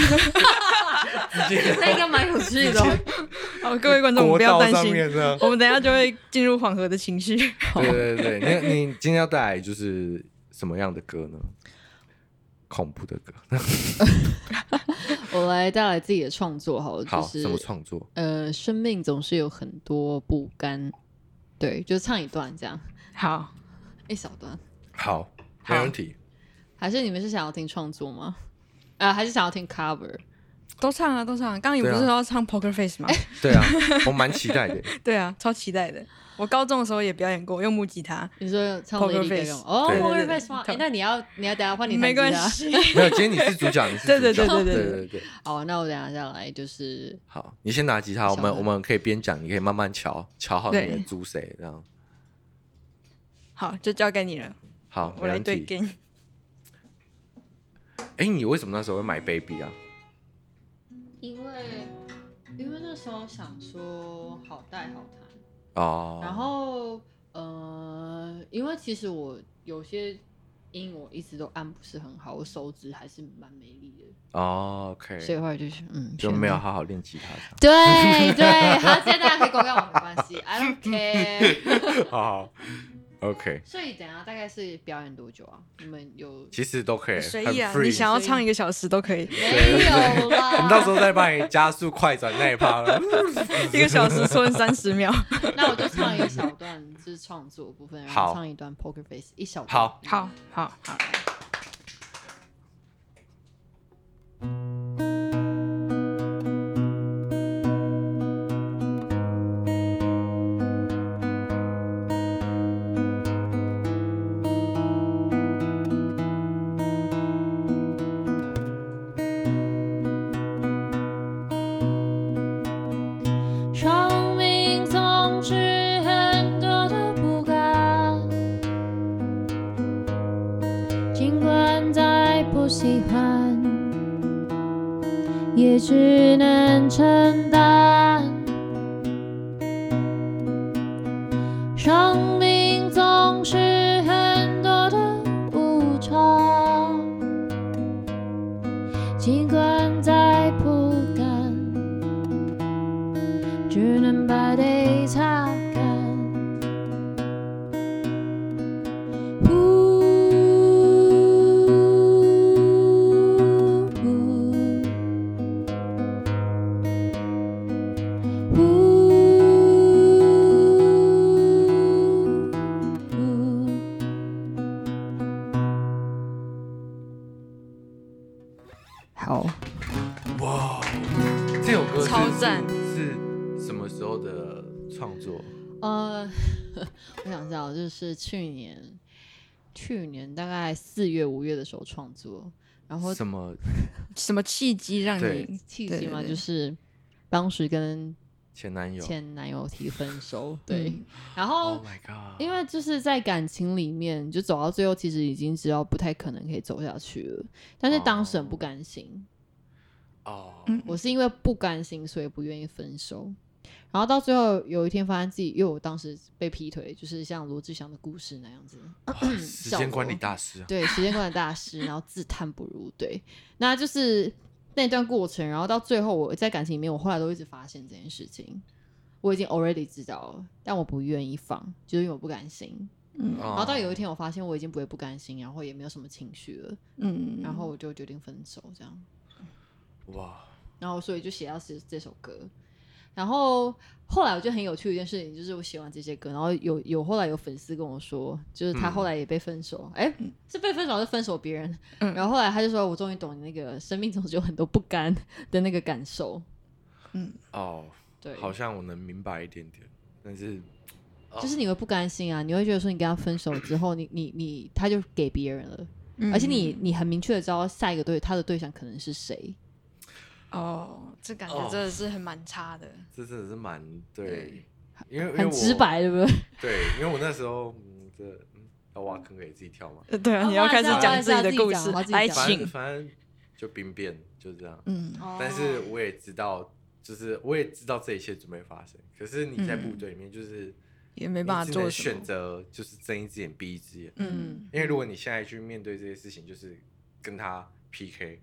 Speaker 2: 接
Speaker 4: 那应该蛮有趣的哦。
Speaker 1: [LAUGHS] 好，各位观众
Speaker 2: 国
Speaker 1: 不要
Speaker 2: 道
Speaker 1: 担
Speaker 2: 上
Speaker 1: 心，
Speaker 2: 面这样。
Speaker 1: 我们等一下就会进入缓和的情绪。
Speaker 4: [LAUGHS]
Speaker 2: 对对对，你 [LAUGHS] 你今天要带来就是什么样的歌呢？恐怖的歌，
Speaker 4: 我来带来自己的创作好了，就
Speaker 2: 好，
Speaker 4: 是
Speaker 2: 什么创作？
Speaker 4: 呃，生命总是有很多不甘，对，就唱一段这样，
Speaker 1: 好，
Speaker 4: 一小段。
Speaker 2: 好，没问题。
Speaker 4: 还是你们是想要听创作吗？啊、还是想要听 cover？
Speaker 1: 都唱啊，都唱啊。刚刚你不
Speaker 2: 对啊
Speaker 1: 是说要唱 Poker Face 吗？
Speaker 4: 哎
Speaker 2: 对啊，我蛮期待的。
Speaker 1: 对啊，超期待的。我高中的时候也表演过，用木吉他，
Speaker 4: 你说唱
Speaker 1: Poker
Speaker 4: Lady Gaga
Speaker 1: Face
Speaker 4: 吗？哦
Speaker 2: 对
Speaker 1: 对
Speaker 4: ，Poker
Speaker 1: 对
Speaker 4: Face 吗？
Speaker 1: 对
Speaker 4: 哎，那你要你要等下换你弹啊
Speaker 1: 没
Speaker 4: 吉他
Speaker 1: 关。系。
Speaker 2: 没有，今天你是主角，你是主
Speaker 1: 对
Speaker 2: 角。
Speaker 1: 对对
Speaker 2: 对
Speaker 1: 对对
Speaker 2: 对对。
Speaker 4: 好，那我等下再来，就是
Speaker 2: 好，你先拿吉他，我
Speaker 4: 小
Speaker 2: 们
Speaker 4: 的
Speaker 2: 我们可以边讲，你可以慢慢瞧瞧好你的
Speaker 1: 对
Speaker 2: 猪谁这样。
Speaker 1: [LAUGHS] 好，就交给你了，
Speaker 2: 好，
Speaker 1: 我
Speaker 2: 没
Speaker 1: 来
Speaker 2: 问
Speaker 1: 对
Speaker 2: 题。
Speaker 1: 给你。
Speaker 2: 哎，你为什么那时候会买 Baby 啊？
Speaker 4: 因为因为那时候想说好带好弹。
Speaker 2: 哦，
Speaker 4: 然后呃，因为其实我有些音我一直都按不是很好，我手指还是蛮没力的，
Speaker 2: 哦
Speaker 4: 所
Speaker 2: ，OK，
Speaker 4: 以后来就是嗯，
Speaker 2: 就
Speaker 4: 选
Speaker 2: 没有
Speaker 4: 了
Speaker 2: 好好练吉他这样。
Speaker 4: 对
Speaker 2: [LAUGHS]
Speaker 4: 对，好，现在大家可以公告我没关系，I
Speaker 2: [LAUGHS]
Speaker 4: don't care。
Speaker 2: 好，OK，
Speaker 4: 所以等一下大概是表演多久啊？你们有
Speaker 2: 其实都可以，
Speaker 1: 随
Speaker 2: 很
Speaker 1: 意啊，
Speaker 2: free
Speaker 1: 你想要唱一个小时都
Speaker 2: [LAUGHS]
Speaker 1: 可以，
Speaker 4: 没有
Speaker 2: 我
Speaker 4: 啦？
Speaker 2: 们到时候再帮 [LAUGHS] 你加速快转那一趴 [LAUGHS] 了。
Speaker 1: 一个小时存三十
Speaker 4: [LAUGHS]
Speaker 1: 秒。
Speaker 4: 那我就唱一小段，就是创作部分，然
Speaker 2: 好
Speaker 4: 后唱一段 Poker Face，一小段。
Speaker 2: 好，
Speaker 1: 好好好，
Speaker 5: 生命总是很多的不甘，尽管再不喜欢，也只能承担。生命总是很多的无常，尽管再不甘。只能把泪擦干。呜呜呜
Speaker 2: 的创作？
Speaker 4: 呃， [LAUGHS] 我想知道，就是去年，去年大概四月、五月的时候创作，然后
Speaker 2: 什么
Speaker 1: 什么契机让
Speaker 2: 对
Speaker 1: 你
Speaker 4: 契
Speaker 1: 对
Speaker 4: 机
Speaker 1: 对
Speaker 4: 嘛，
Speaker 1: 对
Speaker 4: 就是当时跟
Speaker 2: 前男友
Speaker 4: 前男友提分手，对
Speaker 1: 嗯，
Speaker 4: 然后
Speaker 2: ？Oh my god！
Speaker 4: 哦因为就是在感情里面，就走到最后，其实已经知道不太可能可以走下去了。但是当时很不甘心，
Speaker 2: 哦，
Speaker 1: 嗯
Speaker 4: 我是因为不甘心，所以不愿意分手。然后到最后有一天发现自己，因为我当时被劈腿，就是像罗志祥的故事那样子，
Speaker 2: 哇哦时
Speaker 4: 效
Speaker 2: 间
Speaker 4: 果
Speaker 2: 管理大师啊，
Speaker 4: 嗯对，时间管理大师，然后自叹不如，对，那就是那段过程。然后到最后，我在感情里面，我后来都一直发现这件事情，我已经 already 知道了，但我不愿意放，就是因为我不甘心。
Speaker 1: 嗯
Speaker 2: 然
Speaker 4: 然后到有一天，我发现我已经不会不甘心，然后也没有什么情绪了，
Speaker 1: 嗯，
Speaker 4: 然后我就决定分手，这样。
Speaker 2: 哇，
Speaker 4: 然后所以就写到这这首歌。然后后来我觉得很有趣的一件事情，就是我写完这些歌，然后有有后来有粉丝跟我说，就是他
Speaker 2: 嗯
Speaker 4: 后来也被分手，哎、是被分手还是分手别人？
Speaker 1: 嗯
Speaker 4: 然后后来他就说，我终于懂你那个生命总是有很多不甘的那个感受。
Speaker 2: 哦，
Speaker 4: 对，
Speaker 2: 好像我能明白一点点，但是
Speaker 4: 就是你会不甘心啊，你会觉得说你跟他分手之后，你你你他就给别人了，
Speaker 1: 嗯
Speaker 4: 而且你你很明确的知道下一个对他的对象可能是谁。
Speaker 1: 哦，这感
Speaker 2: 哦
Speaker 1: 觉真的是很蛮差的，
Speaker 2: 这真的是蛮对，因为因为
Speaker 4: 很
Speaker 2: 我
Speaker 4: 直白，对不对？
Speaker 2: 对，因为我那时候嗯，这嗯要挖坑给自己跳嘛，
Speaker 1: 呃对啊，
Speaker 4: 哦
Speaker 1: 你要
Speaker 4: 不好
Speaker 1: 开
Speaker 4: 意
Speaker 1: 始
Speaker 4: 思啊
Speaker 1: 讲
Speaker 4: 不
Speaker 1: 自
Speaker 4: 好
Speaker 1: 己
Speaker 4: 意思啊
Speaker 1: 的故
Speaker 4: 自己
Speaker 1: 事
Speaker 4: 讲好自，己
Speaker 1: 来
Speaker 4: 讲
Speaker 2: 反正
Speaker 1: 请，
Speaker 2: 反正就兵变就是这样。
Speaker 1: 嗯，
Speaker 2: 但是我也知道，就是我也知道这一切准备发生。可是你在部队里面，就是
Speaker 1: 也嗯没
Speaker 2: 没
Speaker 1: 办法做什么
Speaker 2: 选，择，就是睁一只眼闭一只眼。
Speaker 1: 嗯，
Speaker 2: 因为如果你现在去面对这些事情，就是跟他 PK，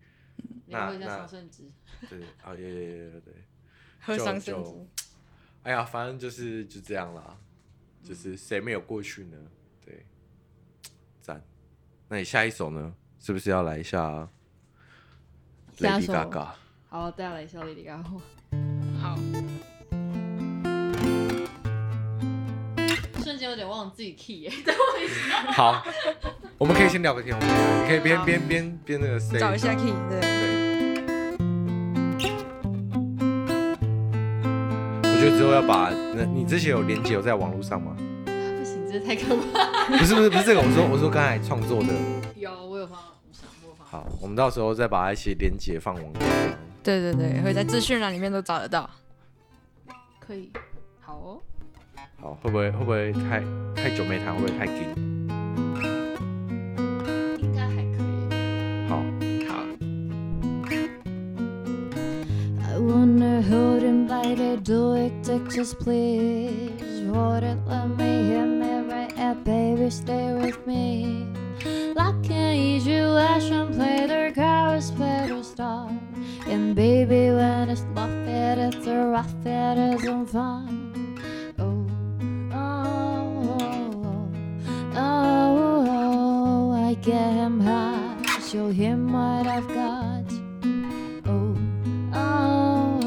Speaker 2: 那那
Speaker 4: 圣职，
Speaker 2: 对 [LAUGHS] 啊，也也也对，
Speaker 1: 喝
Speaker 2: 就
Speaker 1: 伤
Speaker 2: 就
Speaker 1: 身子，
Speaker 2: 哎呀，反正就是就这样啦，
Speaker 1: 嗯
Speaker 2: 就是谁没有过去呢？对，赞。那你下一首呢？是不是要来一下
Speaker 4: 下一
Speaker 2: Lady
Speaker 4: 首
Speaker 2: Gaga？
Speaker 4: 好，带来一下 Lady Gaga。
Speaker 1: 好，
Speaker 4: 瞬间有点忘了自己 key 耶、 [LAUGHS]
Speaker 2: 好，我们可以先聊个天，我们可以边
Speaker 1: 好
Speaker 2: 边边边那个谁
Speaker 1: 找一下 key，对，
Speaker 2: 对，我觉得之后要把那你之前有连接有在网络上 [LAUGHS] 吗？
Speaker 4: 不行，这太可怕。
Speaker 2: 不是不是不是这个，我说我说刚才创作的。
Speaker 4: 有，我有放，我想我有放。
Speaker 2: 好，我们到时候再把一些连接放网络上。
Speaker 1: 对对对，会在资讯栏里面都找得到，
Speaker 4: 可以，好哦。
Speaker 2: 好，会不会会不会太太久没谈，会不会太紧？
Speaker 4: 应该还可以。
Speaker 2: 好，
Speaker 1: 好，
Speaker 5: I wonder who'd invited to it, Texas, please. Wouldn't let me hear me right at baby, stay with me. Like an usual Russian play their cars, play their star. And baby, when it's love, it is a rough, it isn't fun. Oh, oh, oh, oh, oh, I get him hot. Show him what I've got. Oh. Oh,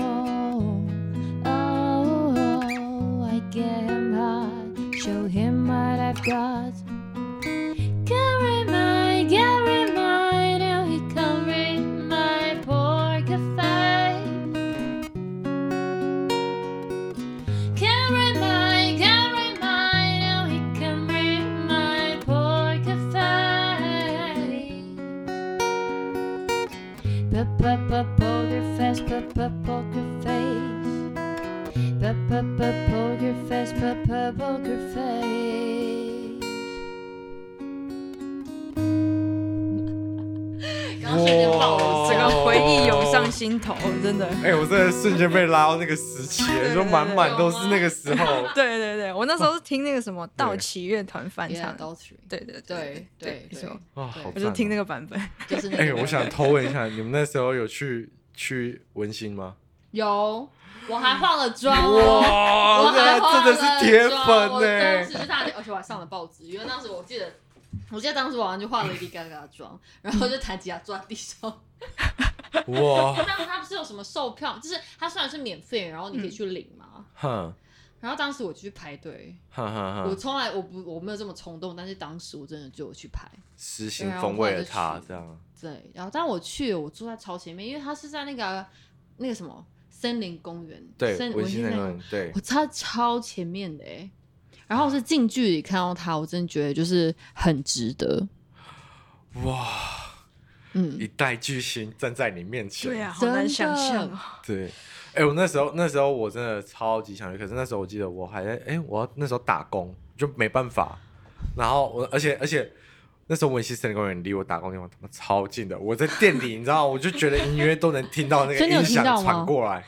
Speaker 5: oh, oh, I get him hot. Show him what I've got. Carry my, carry my, now he carry my poor cafe. Carry my, carry my, now he carry my poor cafe. P-p-p-poker face, p-p-poker face. P-p-p-poker face, p-p-poker face.
Speaker 4: 刚刚瞬间爆
Speaker 2: 哦
Speaker 4: 了，
Speaker 1: 整
Speaker 4: 整
Speaker 1: 个
Speaker 4: 个
Speaker 1: 回忆涌上心头，真的。
Speaker 2: 哎、我真的瞬间被拉到那个时
Speaker 4: [LAUGHS]
Speaker 2: 期了，就满满都是那个时候。
Speaker 1: 对对对，我那时候是听那个什么道奇乐团翻唱，
Speaker 4: adultery。
Speaker 1: 哦对对
Speaker 4: 对
Speaker 1: 对
Speaker 4: 对，
Speaker 1: 没错，
Speaker 2: 哇，好啊
Speaker 1: 我就听那
Speaker 2: 个。
Speaker 1: 个版本。
Speaker 4: 就是 [LAUGHS] 那个
Speaker 2: 哎、我想偷问一下，你们那时候有去去文心吗？
Speaker 4: 有，我还化了妆哦。
Speaker 2: 哇
Speaker 4: 我还化
Speaker 2: 那
Speaker 4: 了
Speaker 2: 真的是铁
Speaker 4: 妆我当
Speaker 2: 粉
Speaker 4: 时
Speaker 2: 呢、欸
Speaker 4: 就大而且我还上了报纸，因为当时我记得，我记得当时我好像就化了 Lady Gaga 的妆，然后就弹吉他坐在地上。
Speaker 2: 哇，
Speaker 4: 当时他不是有什么售票，就是他虽然是免费，然后
Speaker 2: 嗯
Speaker 4: 你可以去领嘛。
Speaker 2: 哼
Speaker 4: 然后当时我去排队，
Speaker 2: 哼哼
Speaker 4: 我
Speaker 2: 哼，
Speaker 4: 从来我不我没有这么冲动，但是当时我真的就有去排。
Speaker 2: 实行风味了他这样。
Speaker 4: 啊对，然后但我去，我坐在超前面，因为他是在那个那个什么。森林公园，
Speaker 2: 对
Speaker 4: 森，
Speaker 2: 文心
Speaker 4: 森
Speaker 2: 那
Speaker 4: 林公
Speaker 2: 个
Speaker 4: 园，
Speaker 2: 人，对
Speaker 4: 我，差超前面的哎，然后我是近距离看到他，我真的觉得就是很值得，
Speaker 2: 哇，
Speaker 4: 嗯，
Speaker 2: 一代巨星站在你面前，
Speaker 1: 对啊，好难想象哦。
Speaker 2: 对，哎、我那时候那时候我真的超级想去，可是那时候我记得我还在，哎、我要那时候打工就没办法，然后我而且而且那时候文溪森林公园离我打工地方他妈超近的，我在店里你知道，我就觉得隐约都能听到那个
Speaker 4: 真的有
Speaker 2: 音
Speaker 4: 听
Speaker 2: 响
Speaker 4: 到吗
Speaker 2: 传过来，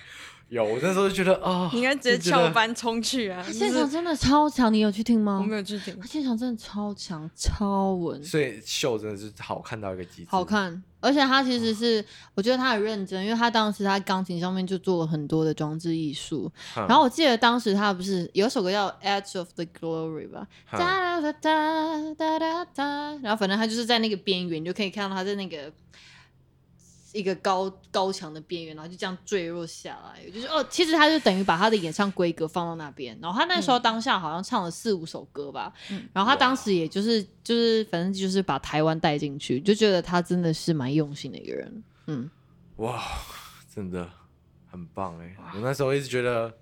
Speaker 2: 有，我那时候就觉得啊，
Speaker 1: 你应该直接
Speaker 2: 就觉
Speaker 1: 翘
Speaker 2: 得，
Speaker 1: 班冲去啊！
Speaker 4: 现
Speaker 1: 就是
Speaker 4: 场真的超强，你有去听吗？
Speaker 1: 我没有去听
Speaker 4: 他，现场真的超强，超稳，
Speaker 2: 所以秀真的是好看到一个极致，
Speaker 4: 好，看。而且他其实是，我觉得他很认真，因为他当时他钢琴上面就做了很多的装置艺术。
Speaker 2: 然
Speaker 4: 然后我记得当时他不是有一首歌叫《Edge of the Glory》吧？哒哒哒哒哒哒哒。然后反正他就是在那个边缘，你就可以看到他在那个一个高高墙的边缘，然后就这样坠落下来。我就是哦，其实他就等于把他的演唱规格放到那边。然后他那时候当下好像唱了四五首歌吧。
Speaker 1: 嗯
Speaker 4: 然后他当时也就是就是反正就是把台湾带进去，就觉得他真的是蛮用心的一个人。嗯，
Speaker 2: 哇，真的很棒哎、我那时候一直觉得。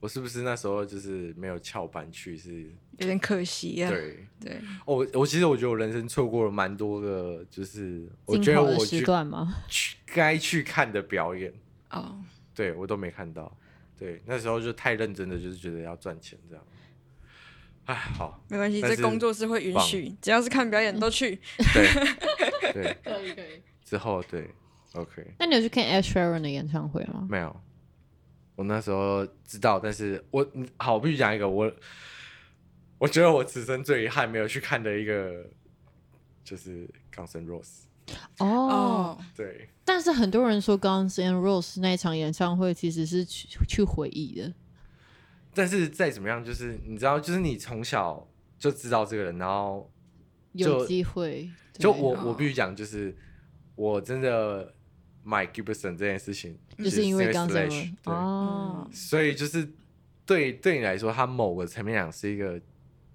Speaker 2: 我是不是那时候就是没有翘班去？是
Speaker 1: 有点可惜啊。
Speaker 2: 对，
Speaker 1: 对，
Speaker 2: 哦，我我其实我觉得我人生错过了蛮多个，就是我觉
Speaker 4: 精
Speaker 2: 得
Speaker 4: 华的
Speaker 2: 我
Speaker 4: 时
Speaker 2: 去
Speaker 4: 段吗？
Speaker 2: 去该去看的表演，
Speaker 1: 哦，
Speaker 2: 对我都没看到。对，那时候就太认真的，就是觉得要赚钱这样。哎，好，
Speaker 1: 没关系，
Speaker 2: 但
Speaker 1: 这
Speaker 2: 是
Speaker 1: 工作室会允
Speaker 2: 棒
Speaker 1: 许，只要是看表演都去。
Speaker 2: 对对，
Speaker 4: 可以可以。
Speaker 2: 之后对，OK，
Speaker 4: 那你有去看 Ed Sheeran 的演唱会吗？
Speaker 2: 没有。我那时候知道，但是我嗯好，我必须讲一个我，我觉得我此生最遗憾没有去看的一个，就是钢神 Rose。
Speaker 4: 哦，
Speaker 1: 哦，
Speaker 2: 对，
Speaker 4: 但是很多人说 Guns N' Roses 那一场演唱会其实是去去回忆的，
Speaker 2: 但是再怎么样，就是你知道，就是你从小就知道这个人，然后
Speaker 4: 有机会。对
Speaker 2: 就我
Speaker 1: 哦
Speaker 2: 我必须讲，就是我真的买 Gibson 这件事情，
Speaker 4: 就是因为 Guns N'
Speaker 2: Slash
Speaker 4: Roses
Speaker 2: 对，
Speaker 4: 哦，
Speaker 2: 所以就是对对你来说，他某个层面讲是一个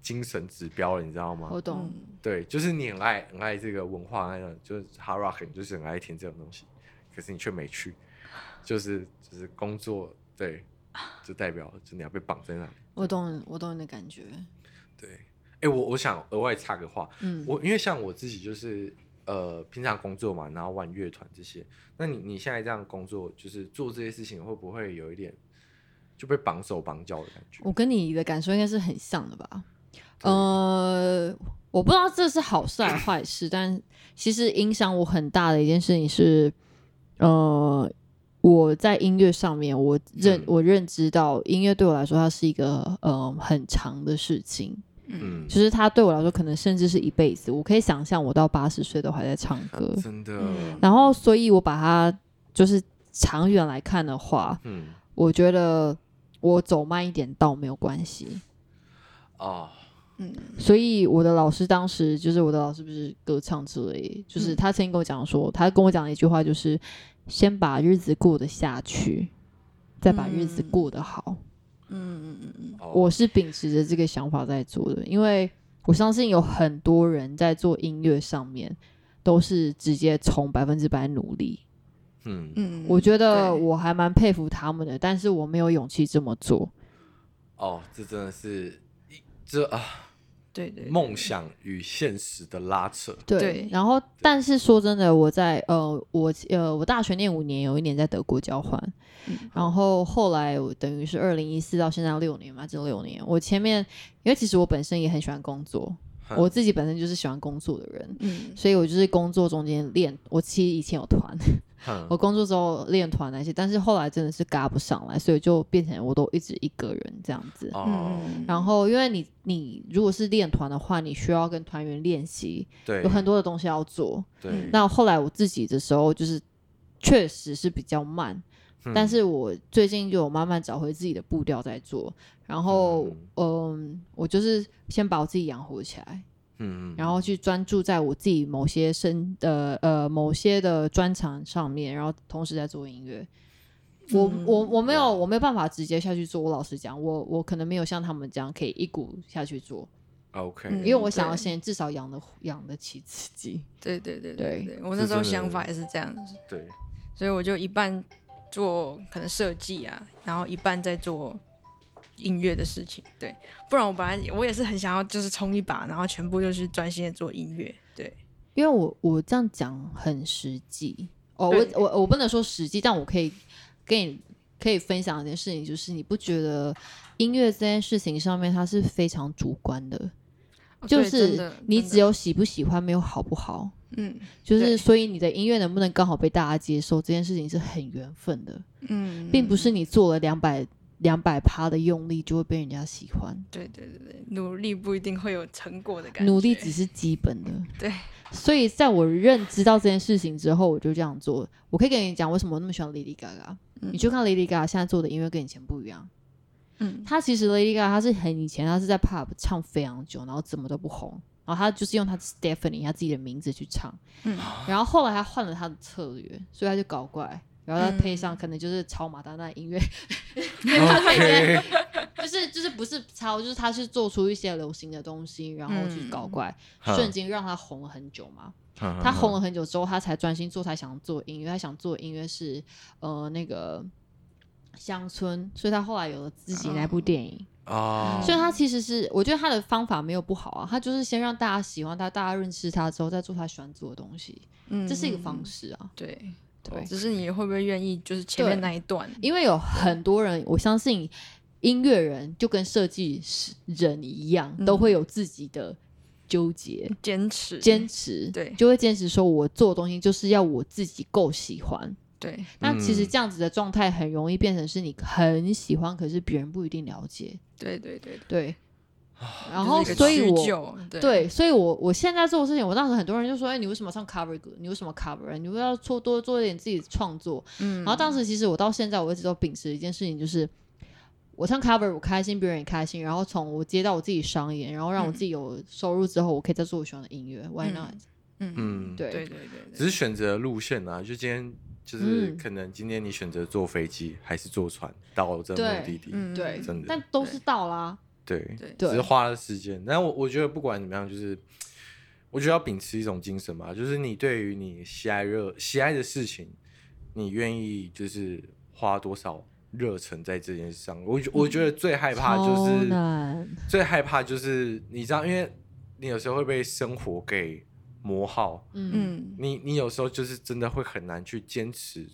Speaker 2: 精神指标了，你知道吗
Speaker 4: 我？懂。
Speaker 1: 嗯
Speaker 2: 对，就是你很爱很爱这个文化，那种就是 hard rock，你就是很爱听这种东西，可是你却没去，就是就是工作对，就代表就你要被绑在那里。
Speaker 4: 我懂，我懂你的感觉。
Speaker 2: 对，哎、我我想额外插个话，
Speaker 4: 嗯，
Speaker 2: 我因为像我自己就是呃平常工作嘛，然后玩乐团这些，那你你现在这样工作，就是做这些事情，会不会有一点就被绑手绑脚的感觉？
Speaker 4: 我跟你的感受应该是很像的吧？
Speaker 2: 对
Speaker 4: 呃，我不知道这是好事还是坏事，但其实影响我很大的一件事情是，呃，我在音乐上面，我认、
Speaker 2: 嗯
Speaker 4: 我认知到音乐对我来说，它是一个呃很长的事情，
Speaker 2: 嗯，
Speaker 4: 就是它对我来说，可能甚至是一辈子。我可以想象，我到八十岁都还在唱歌，
Speaker 2: 真的，
Speaker 1: 嗯
Speaker 4: 然后，所以我把它就是长远来看的话，
Speaker 2: 嗯
Speaker 4: 我觉得我走慢一点倒没有关系。
Speaker 2: 哦，
Speaker 1: 嗯，
Speaker 4: 所以我的老师当时就是我的老师，不是歌唱之类，就是他曾经跟我讲说，他跟我讲了一句话，就是先把日子过得下去，再把日子
Speaker 1: 嗯
Speaker 4: 过得好。
Speaker 1: 嗯嗯嗯
Speaker 2: 哦
Speaker 4: 我是秉持着这个想法在做的，因为我相信有很多人在做音乐上面都是直接从百分之百努力。
Speaker 2: 嗯
Speaker 1: 嗯，
Speaker 4: 我觉得
Speaker 1: 对
Speaker 4: 我还蛮佩服他们的，但是我没有勇气这么做。
Speaker 2: 哦，这真的是一这啊
Speaker 1: 对对对
Speaker 2: 梦想与现实的拉扯，
Speaker 4: 对，
Speaker 1: 对
Speaker 4: 然后但是说真的，我在呃，我呃，我大学念五年，有一年在德国交换，
Speaker 1: 嗯
Speaker 4: 然后后来我等于是二零一四到现在六年嘛，这六年我前面因为其实我本身也很喜欢工作，
Speaker 2: 哼
Speaker 4: 我自己本身就是喜欢工作的人，
Speaker 1: 嗯
Speaker 4: 所以我就是工作中间练，我其实以前有团，
Speaker 2: 嗯哼
Speaker 4: 我工作之后练团那些，但是后来真的是嘎不上来，所以就变成我都一直一个人这样子。
Speaker 2: 哦，
Speaker 1: 嗯，
Speaker 4: 然后，因为你你如果是练团的话，你需要跟团员练习，
Speaker 2: 对嗯
Speaker 4: 有，很多的东西要做。
Speaker 2: 对，
Speaker 4: 那后来我自己的时候，就是确实是比较慢，
Speaker 2: 嗯
Speaker 4: 但是我最近就有慢慢找回自己的步调在做。然后，嗯，我就是先把我自己养活起来，
Speaker 2: 嗯，
Speaker 4: 然后去专注在我自己某些身的呃某些的专长上面，然后同时在做音乐。我
Speaker 1: 嗯
Speaker 4: 我我没有我没有办法直接下去做，我老实讲，我我可能没有像他们这样可以一股下去做，
Speaker 2: OK，
Speaker 1: 嗯
Speaker 4: 因为我想要
Speaker 1: 对
Speaker 4: 先至少养得养得起自己。
Speaker 1: 对对对
Speaker 4: 对
Speaker 1: 对，我
Speaker 2: 这
Speaker 1: 那时候
Speaker 2: 真的
Speaker 4: [LAUGHS]
Speaker 1: 想法也是这样子，
Speaker 2: 对，
Speaker 1: 所以我就一半做可能设计啊，然后一半在做音乐的事情。对，不然我本来我也是很想要就是冲一把，然后全部就是专心的做音乐。对，
Speaker 4: 因为我我这样讲很实际哦，我
Speaker 1: 对
Speaker 4: 我我不能说实际，但我可以跟你可以分享一件事情，就是你不觉得音乐这件事情上面它是非常主观的，
Speaker 1: 哦
Speaker 4: 就
Speaker 1: 对真
Speaker 4: 是
Speaker 1: 的
Speaker 4: 你
Speaker 1: 真
Speaker 4: 只
Speaker 1: 的
Speaker 4: 有喜不喜欢，没有好不好，
Speaker 1: 嗯
Speaker 4: 就是
Speaker 1: 对
Speaker 4: 所以你的音乐能不能刚好被大家接受这件事情是很缘分的，
Speaker 1: 嗯，
Speaker 4: 并不是你做了两百两百趴的用力就会被人家喜欢，
Speaker 1: 对对对对，努力不一定会有成果的感觉。
Speaker 4: 努力只是基本的。
Speaker 1: 呃对，
Speaker 4: 所以在我认知到这件事情之后，我就这样做。我可以跟你讲，为什么我那么喜欢 Lady Gaga。
Speaker 1: 嗯
Speaker 4: 你去看 Lady Gaga 现在做的音乐跟以前不一样。
Speaker 1: 嗯
Speaker 4: 她其实 Lady Gaga 她是很以前她是在 pub 唱非常久，然后怎么都不红，然后她就是用她 Stephanie 她自己的名字去唱。
Speaker 1: 嗯
Speaker 4: 然后后来她换了她的策略，所以她就搞怪。然后她配上可能就是抄马丹娜的音乐，她配些
Speaker 2: OK，
Speaker 4: [LAUGHS] 就是就是不是抄，就是她是做出一些流行的东西，然后去搞怪，
Speaker 2: 嗯
Speaker 4: 瞬间让她红了很久嘛。
Speaker 2: 他
Speaker 4: 他红了很久之后，他才专心做他想做的音乐。他想做的音乐是呃那个乡村，所以他后来有了自己那部电影。
Speaker 2: 哦，
Speaker 4: 所以他其实是，我觉得他的方法没有不好啊，他就是先让大家喜欢他，大家认识他之后，再做他喜欢做的东西，
Speaker 1: 嗯
Speaker 4: 这是一个方。式啊。
Speaker 1: 对，
Speaker 4: 对，
Speaker 1: 只是你会不会愿意，就是前面
Speaker 4: 对
Speaker 1: 那一段，
Speaker 4: 因为有很多人，我相信音乐人就跟设计师人一样，
Speaker 1: 嗯
Speaker 4: 都会有自己的纠结。
Speaker 1: 坚持，
Speaker 4: 坚持，
Speaker 1: 对
Speaker 4: 就会坚持说，我做的东西就是要我自己够喜欢，
Speaker 1: 对，
Speaker 4: 那其实
Speaker 2: 嗯
Speaker 4: 这样子的状态很容易变成是你很喜欢，可是别人不一定了解。
Speaker 1: 对对对对。
Speaker 4: 对，
Speaker 1: 啊就是
Speaker 4: 然后
Speaker 1: 一个
Speaker 4: 所以
Speaker 1: 屈就
Speaker 4: 我
Speaker 1: 对
Speaker 4: 对，所以我我现在做的事情，我当时很多人就说：“哎、你为什么唱 cover 歌？你为什么 cover？啊你不要做多做一点自己的创作。
Speaker 1: 嗯
Speaker 4: 然后当时其实我到现在，我一直都秉持一件事情，就是。我唱 cover 我开心，别人也开心。然后从我接到我自己商演，然后让我
Speaker 1: 嗯
Speaker 4: 自己有收入之后，我可以再做我喜欢的音乐。Why
Speaker 1: 嗯
Speaker 4: not？、
Speaker 1: 嗯
Speaker 2: 嗯，
Speaker 4: 对
Speaker 1: 对对对
Speaker 2: 只
Speaker 1: 对，
Speaker 2: 是选择路线啊，就今天就是
Speaker 4: 嗯
Speaker 2: 可能今天你选择坐飞机还是坐船到这个目
Speaker 4: 对
Speaker 2: 的地，
Speaker 1: 嗯
Speaker 4: 对
Speaker 2: 真的
Speaker 4: 但都是到啦。
Speaker 2: 对
Speaker 1: 对
Speaker 2: 只是
Speaker 4: 对
Speaker 2: 花了时间。但我我觉得不管怎么样，就是我觉得要秉持一种精神吧，就是你对于你喜爱热喜爱的事情，你愿意就是花多少热忱在这件事上。我觉我觉得最害怕就
Speaker 4: 嗯超
Speaker 2: 是、
Speaker 4: 难
Speaker 2: 最害怕就是你知道，因为你有时候会被生活给磨耗，
Speaker 4: 嗯
Speaker 1: 嗯
Speaker 2: 你你有时候就是真的会很难去坚持。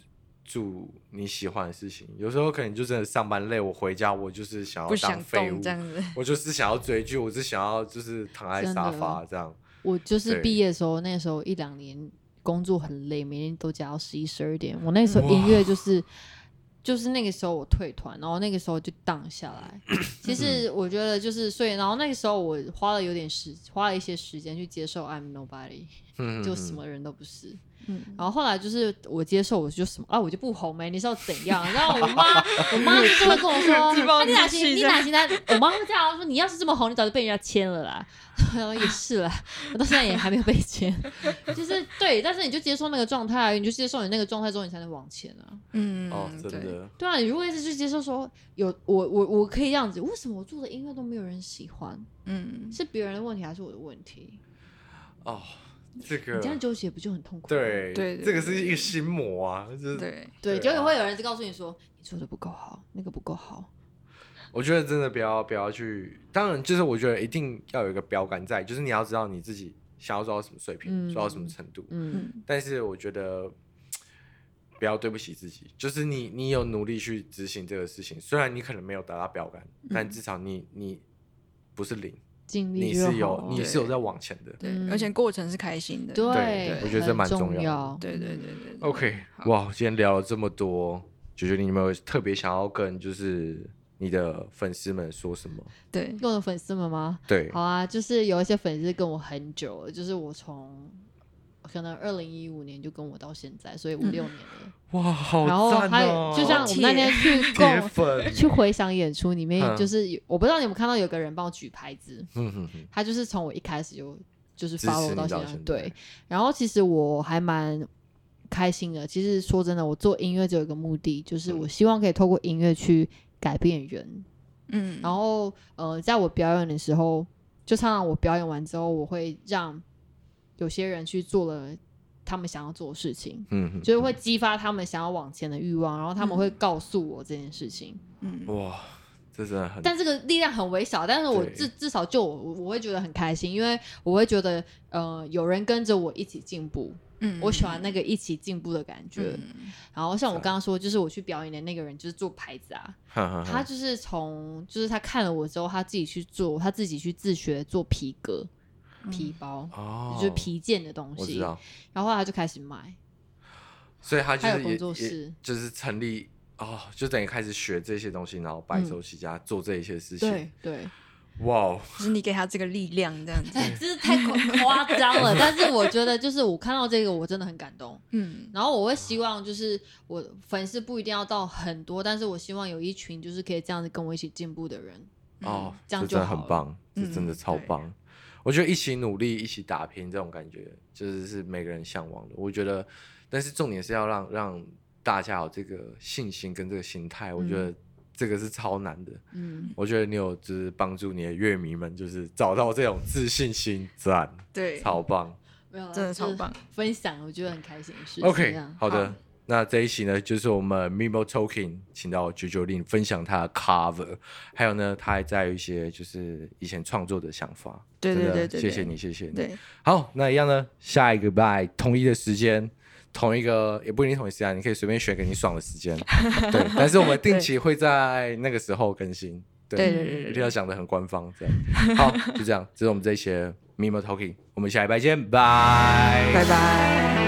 Speaker 2: 住你喜欢的事情，有时候可能就真的上班累，我回家我就是想要
Speaker 1: 不
Speaker 2: 当
Speaker 1: 想
Speaker 2: 废
Speaker 1: 动
Speaker 2: 物
Speaker 1: 这，样
Speaker 4: [LAUGHS]
Speaker 1: 子，
Speaker 2: 我就是想要追剧，我只想要就是躺在沙发这样。
Speaker 4: 我就是
Speaker 2: 对
Speaker 4: 毕业的时候，那时候一两年工作很累，每天都加到十一十二点。我那时候音乐就是就是那个时候我退团，然后那个时候就荡下来。其
Speaker 1: 嗯
Speaker 4: 实我觉得就是，所以然后那个时候我花了有点时，花了一些时间去接受 I'm nobody，
Speaker 2: 嗯，
Speaker 4: 就什么人都不是。
Speaker 1: 嗯
Speaker 4: 然后后来就是我接受，我就什么啊，我就不红呗，你是要怎样？然后我妈，我妈就是会跟我说，
Speaker 1: [LAUGHS] 自暴
Speaker 4: 啊、你哪
Speaker 1: 自
Speaker 4: 行
Speaker 1: 弃
Speaker 4: 你
Speaker 1: 这样
Speaker 4: 哪 [LAUGHS] 行呢？我妈会这样啊说，你要是这么红，你早就被人家签了啦。 [LAUGHS] 然后也是啦，我到现在也还没有被签， [LAUGHS] 就是对，但是你就接受那个状态，啊你就接受你那个状态之后，你才能往前啊。
Speaker 1: 嗯，
Speaker 2: 哦，真
Speaker 1: 对，
Speaker 2: 的，
Speaker 4: 对啊，你如果一直去接受说有我我我可以这样子，为什么我做的音乐都没有人喜欢？
Speaker 1: 嗯，
Speaker 4: 是别人的问题还是我的问题？
Speaker 2: 哦，这
Speaker 4: 你这样
Speaker 2: 个
Speaker 4: 纠结不就很痛苦吗？
Speaker 2: 对
Speaker 1: 对对
Speaker 2: 这个是一个心魔啊，就是
Speaker 1: 对，
Speaker 2: 对
Speaker 4: 对，就
Speaker 2: 啊
Speaker 4: 会有人告诉你说你做的不够好，那个不够好。
Speaker 2: 我觉得真的不要不要去，当然就是我觉得一定要有一个标杆在，就是你要知道你自己想要做到什么水平，
Speaker 4: 嗯
Speaker 2: 做到什么程度。
Speaker 4: 嗯，
Speaker 2: 但是我觉得。不要对不起自己，就是你，你有努力去执行这个事情，虽然你可能没有达到标杆，
Speaker 4: 嗯
Speaker 2: 但至少你你不是零，
Speaker 4: 尽力
Speaker 2: 你
Speaker 4: 就是
Speaker 2: 有
Speaker 4: 好
Speaker 2: 你是有在往前的。
Speaker 1: 对，
Speaker 4: 嗯
Speaker 1: 而且过程是开心的，
Speaker 4: 对，
Speaker 2: 对我觉得这
Speaker 4: 很
Speaker 2: 蛮重
Speaker 4: 重
Speaker 2: 要
Speaker 4: 要。
Speaker 1: 对对对对对
Speaker 2: OK，
Speaker 1: 好
Speaker 2: 哇，今天聊了这么多，九九，你有没有特别想要跟就是你的粉丝们说什么？
Speaker 1: 对，
Speaker 4: 跟我的粉丝们吗？
Speaker 2: 对，
Speaker 4: 好啊，就是有一些粉丝跟我很久了，就是我从可能二零一五年就跟我到现在，所以五六年了。
Speaker 2: 哇， [LAUGHS] 好
Speaker 4: 然后
Speaker 2: 赞
Speaker 4: 还
Speaker 2: 哦
Speaker 4: 有，就像我们那天
Speaker 2: [LAUGHS]
Speaker 4: 去
Speaker 2: 铁
Speaker 4: 共
Speaker 2: 粉，
Speaker 4: [LAUGHS] 去回想演出里面，
Speaker 2: 嗯
Speaker 4: 就是有我不知道你们看到有个人帮我举牌子，
Speaker 2: 嗯哼哼
Speaker 4: 他就是从我一开始就就是
Speaker 2: 支持
Speaker 4: follow
Speaker 2: 你到
Speaker 4: 到现
Speaker 2: 现
Speaker 4: 在，
Speaker 2: 在
Speaker 4: 对。然后其实我还蛮开心的。其实说真的，我做音乐只有一个目的，就是
Speaker 2: 嗯
Speaker 4: 我希望可以透过音乐去改变人。
Speaker 1: 嗯，
Speaker 4: 然后呃，在我表演的时候，就常常我表演完之后，我会让有些人去做了。他们想要做的事情，
Speaker 2: 嗯，
Speaker 4: 就是会激发他们想要往前的欲望，然后他们会告诉我这件事情。
Speaker 1: 嗯，
Speaker 2: 哇，这真的很，
Speaker 4: 但这个力量很微小，但是我
Speaker 2: 对
Speaker 4: 至至少就我我我会觉得很开心，因为我会觉得呃有人跟着我一起进步，
Speaker 1: 嗯
Speaker 4: 我喜欢那个一起进步的感觉。
Speaker 1: 嗯
Speaker 4: 然后
Speaker 2: 啊
Speaker 4: 像我刚刚说，就是我去表演的那个人就是做牌子啊，
Speaker 2: 哈
Speaker 4: 他
Speaker 2: 哈，
Speaker 4: 就是从就是他看了我之后，他自己去做，他自己去自学做皮革、皮包，
Speaker 2: 哦，
Speaker 4: 就是，皮件的东
Speaker 2: 我
Speaker 4: 西
Speaker 2: 知。道，
Speaker 4: 然后他就开始卖，
Speaker 2: 所以他就
Speaker 4: 还有
Speaker 2: 是
Speaker 4: 工
Speaker 2: 也
Speaker 4: 作
Speaker 2: 也
Speaker 4: 室
Speaker 2: 就是成立哦，就等于开始学这些东西，然后白手起家做这一些事情。
Speaker 4: 对。
Speaker 2: 哇哦，
Speaker 1: 就是你给他这个力量这样
Speaker 4: [LAUGHS]
Speaker 1: 子，
Speaker 4: 哎，这是太夸 [LAUGHS] 夸张了，但是我觉得就是我看到这个我真的很感动，
Speaker 1: 嗯
Speaker 4: 然后我会希望就是我粉丝不一定要到很多，但是我希望有一群就是可以这样子跟我一起进步的人，
Speaker 2: 哦，
Speaker 4: 嗯这样
Speaker 2: 真的
Speaker 4: 就好
Speaker 2: 很
Speaker 4: 了
Speaker 2: 棒，这
Speaker 1: 嗯
Speaker 2: 真的超
Speaker 1: 对
Speaker 2: 棒。我觉得一起努力、一起打拼这种感觉，就是是每个人向往的。我觉得，但是重点是要让让大家有这个信心跟这个心态。我觉
Speaker 4: 嗯
Speaker 2: 得这个是超难的。
Speaker 4: 嗯，
Speaker 2: 我觉得你有就是帮助你的乐迷们，就是找到这种自信心，赞，
Speaker 1: 对，
Speaker 2: 超棒。
Speaker 4: 没有啦，
Speaker 1: 真的
Speaker 4: 就是
Speaker 1: 超棒
Speaker 4: 分享我觉得很开心的事情。这
Speaker 2: OK，
Speaker 4: 样
Speaker 2: 好的
Speaker 1: 好。
Speaker 2: 那这一期呢，就是我们 Mimo Token 请到 JoJo Lin 分享他的 cover，还有呢，他还在一些就是以前创作的想法。
Speaker 1: 对对
Speaker 2: 真的
Speaker 1: 对对
Speaker 2: 谢
Speaker 1: 对
Speaker 2: 谢你，谢谢你。
Speaker 1: 对，
Speaker 2: 好，那一样呢，下一个礼拜同一的时间，同一个也不一定同一时间，你可以随便选一个你爽的
Speaker 1: [LAUGHS]
Speaker 2: 时间。对，但是我们定期会在那个时候更新。
Speaker 1: 对对对对对
Speaker 2: 一定要讲的很官方，这样。好，就这样，这是我们这一期的 Mimo Talking，我们下礼拜见，拜
Speaker 1: 拜拜。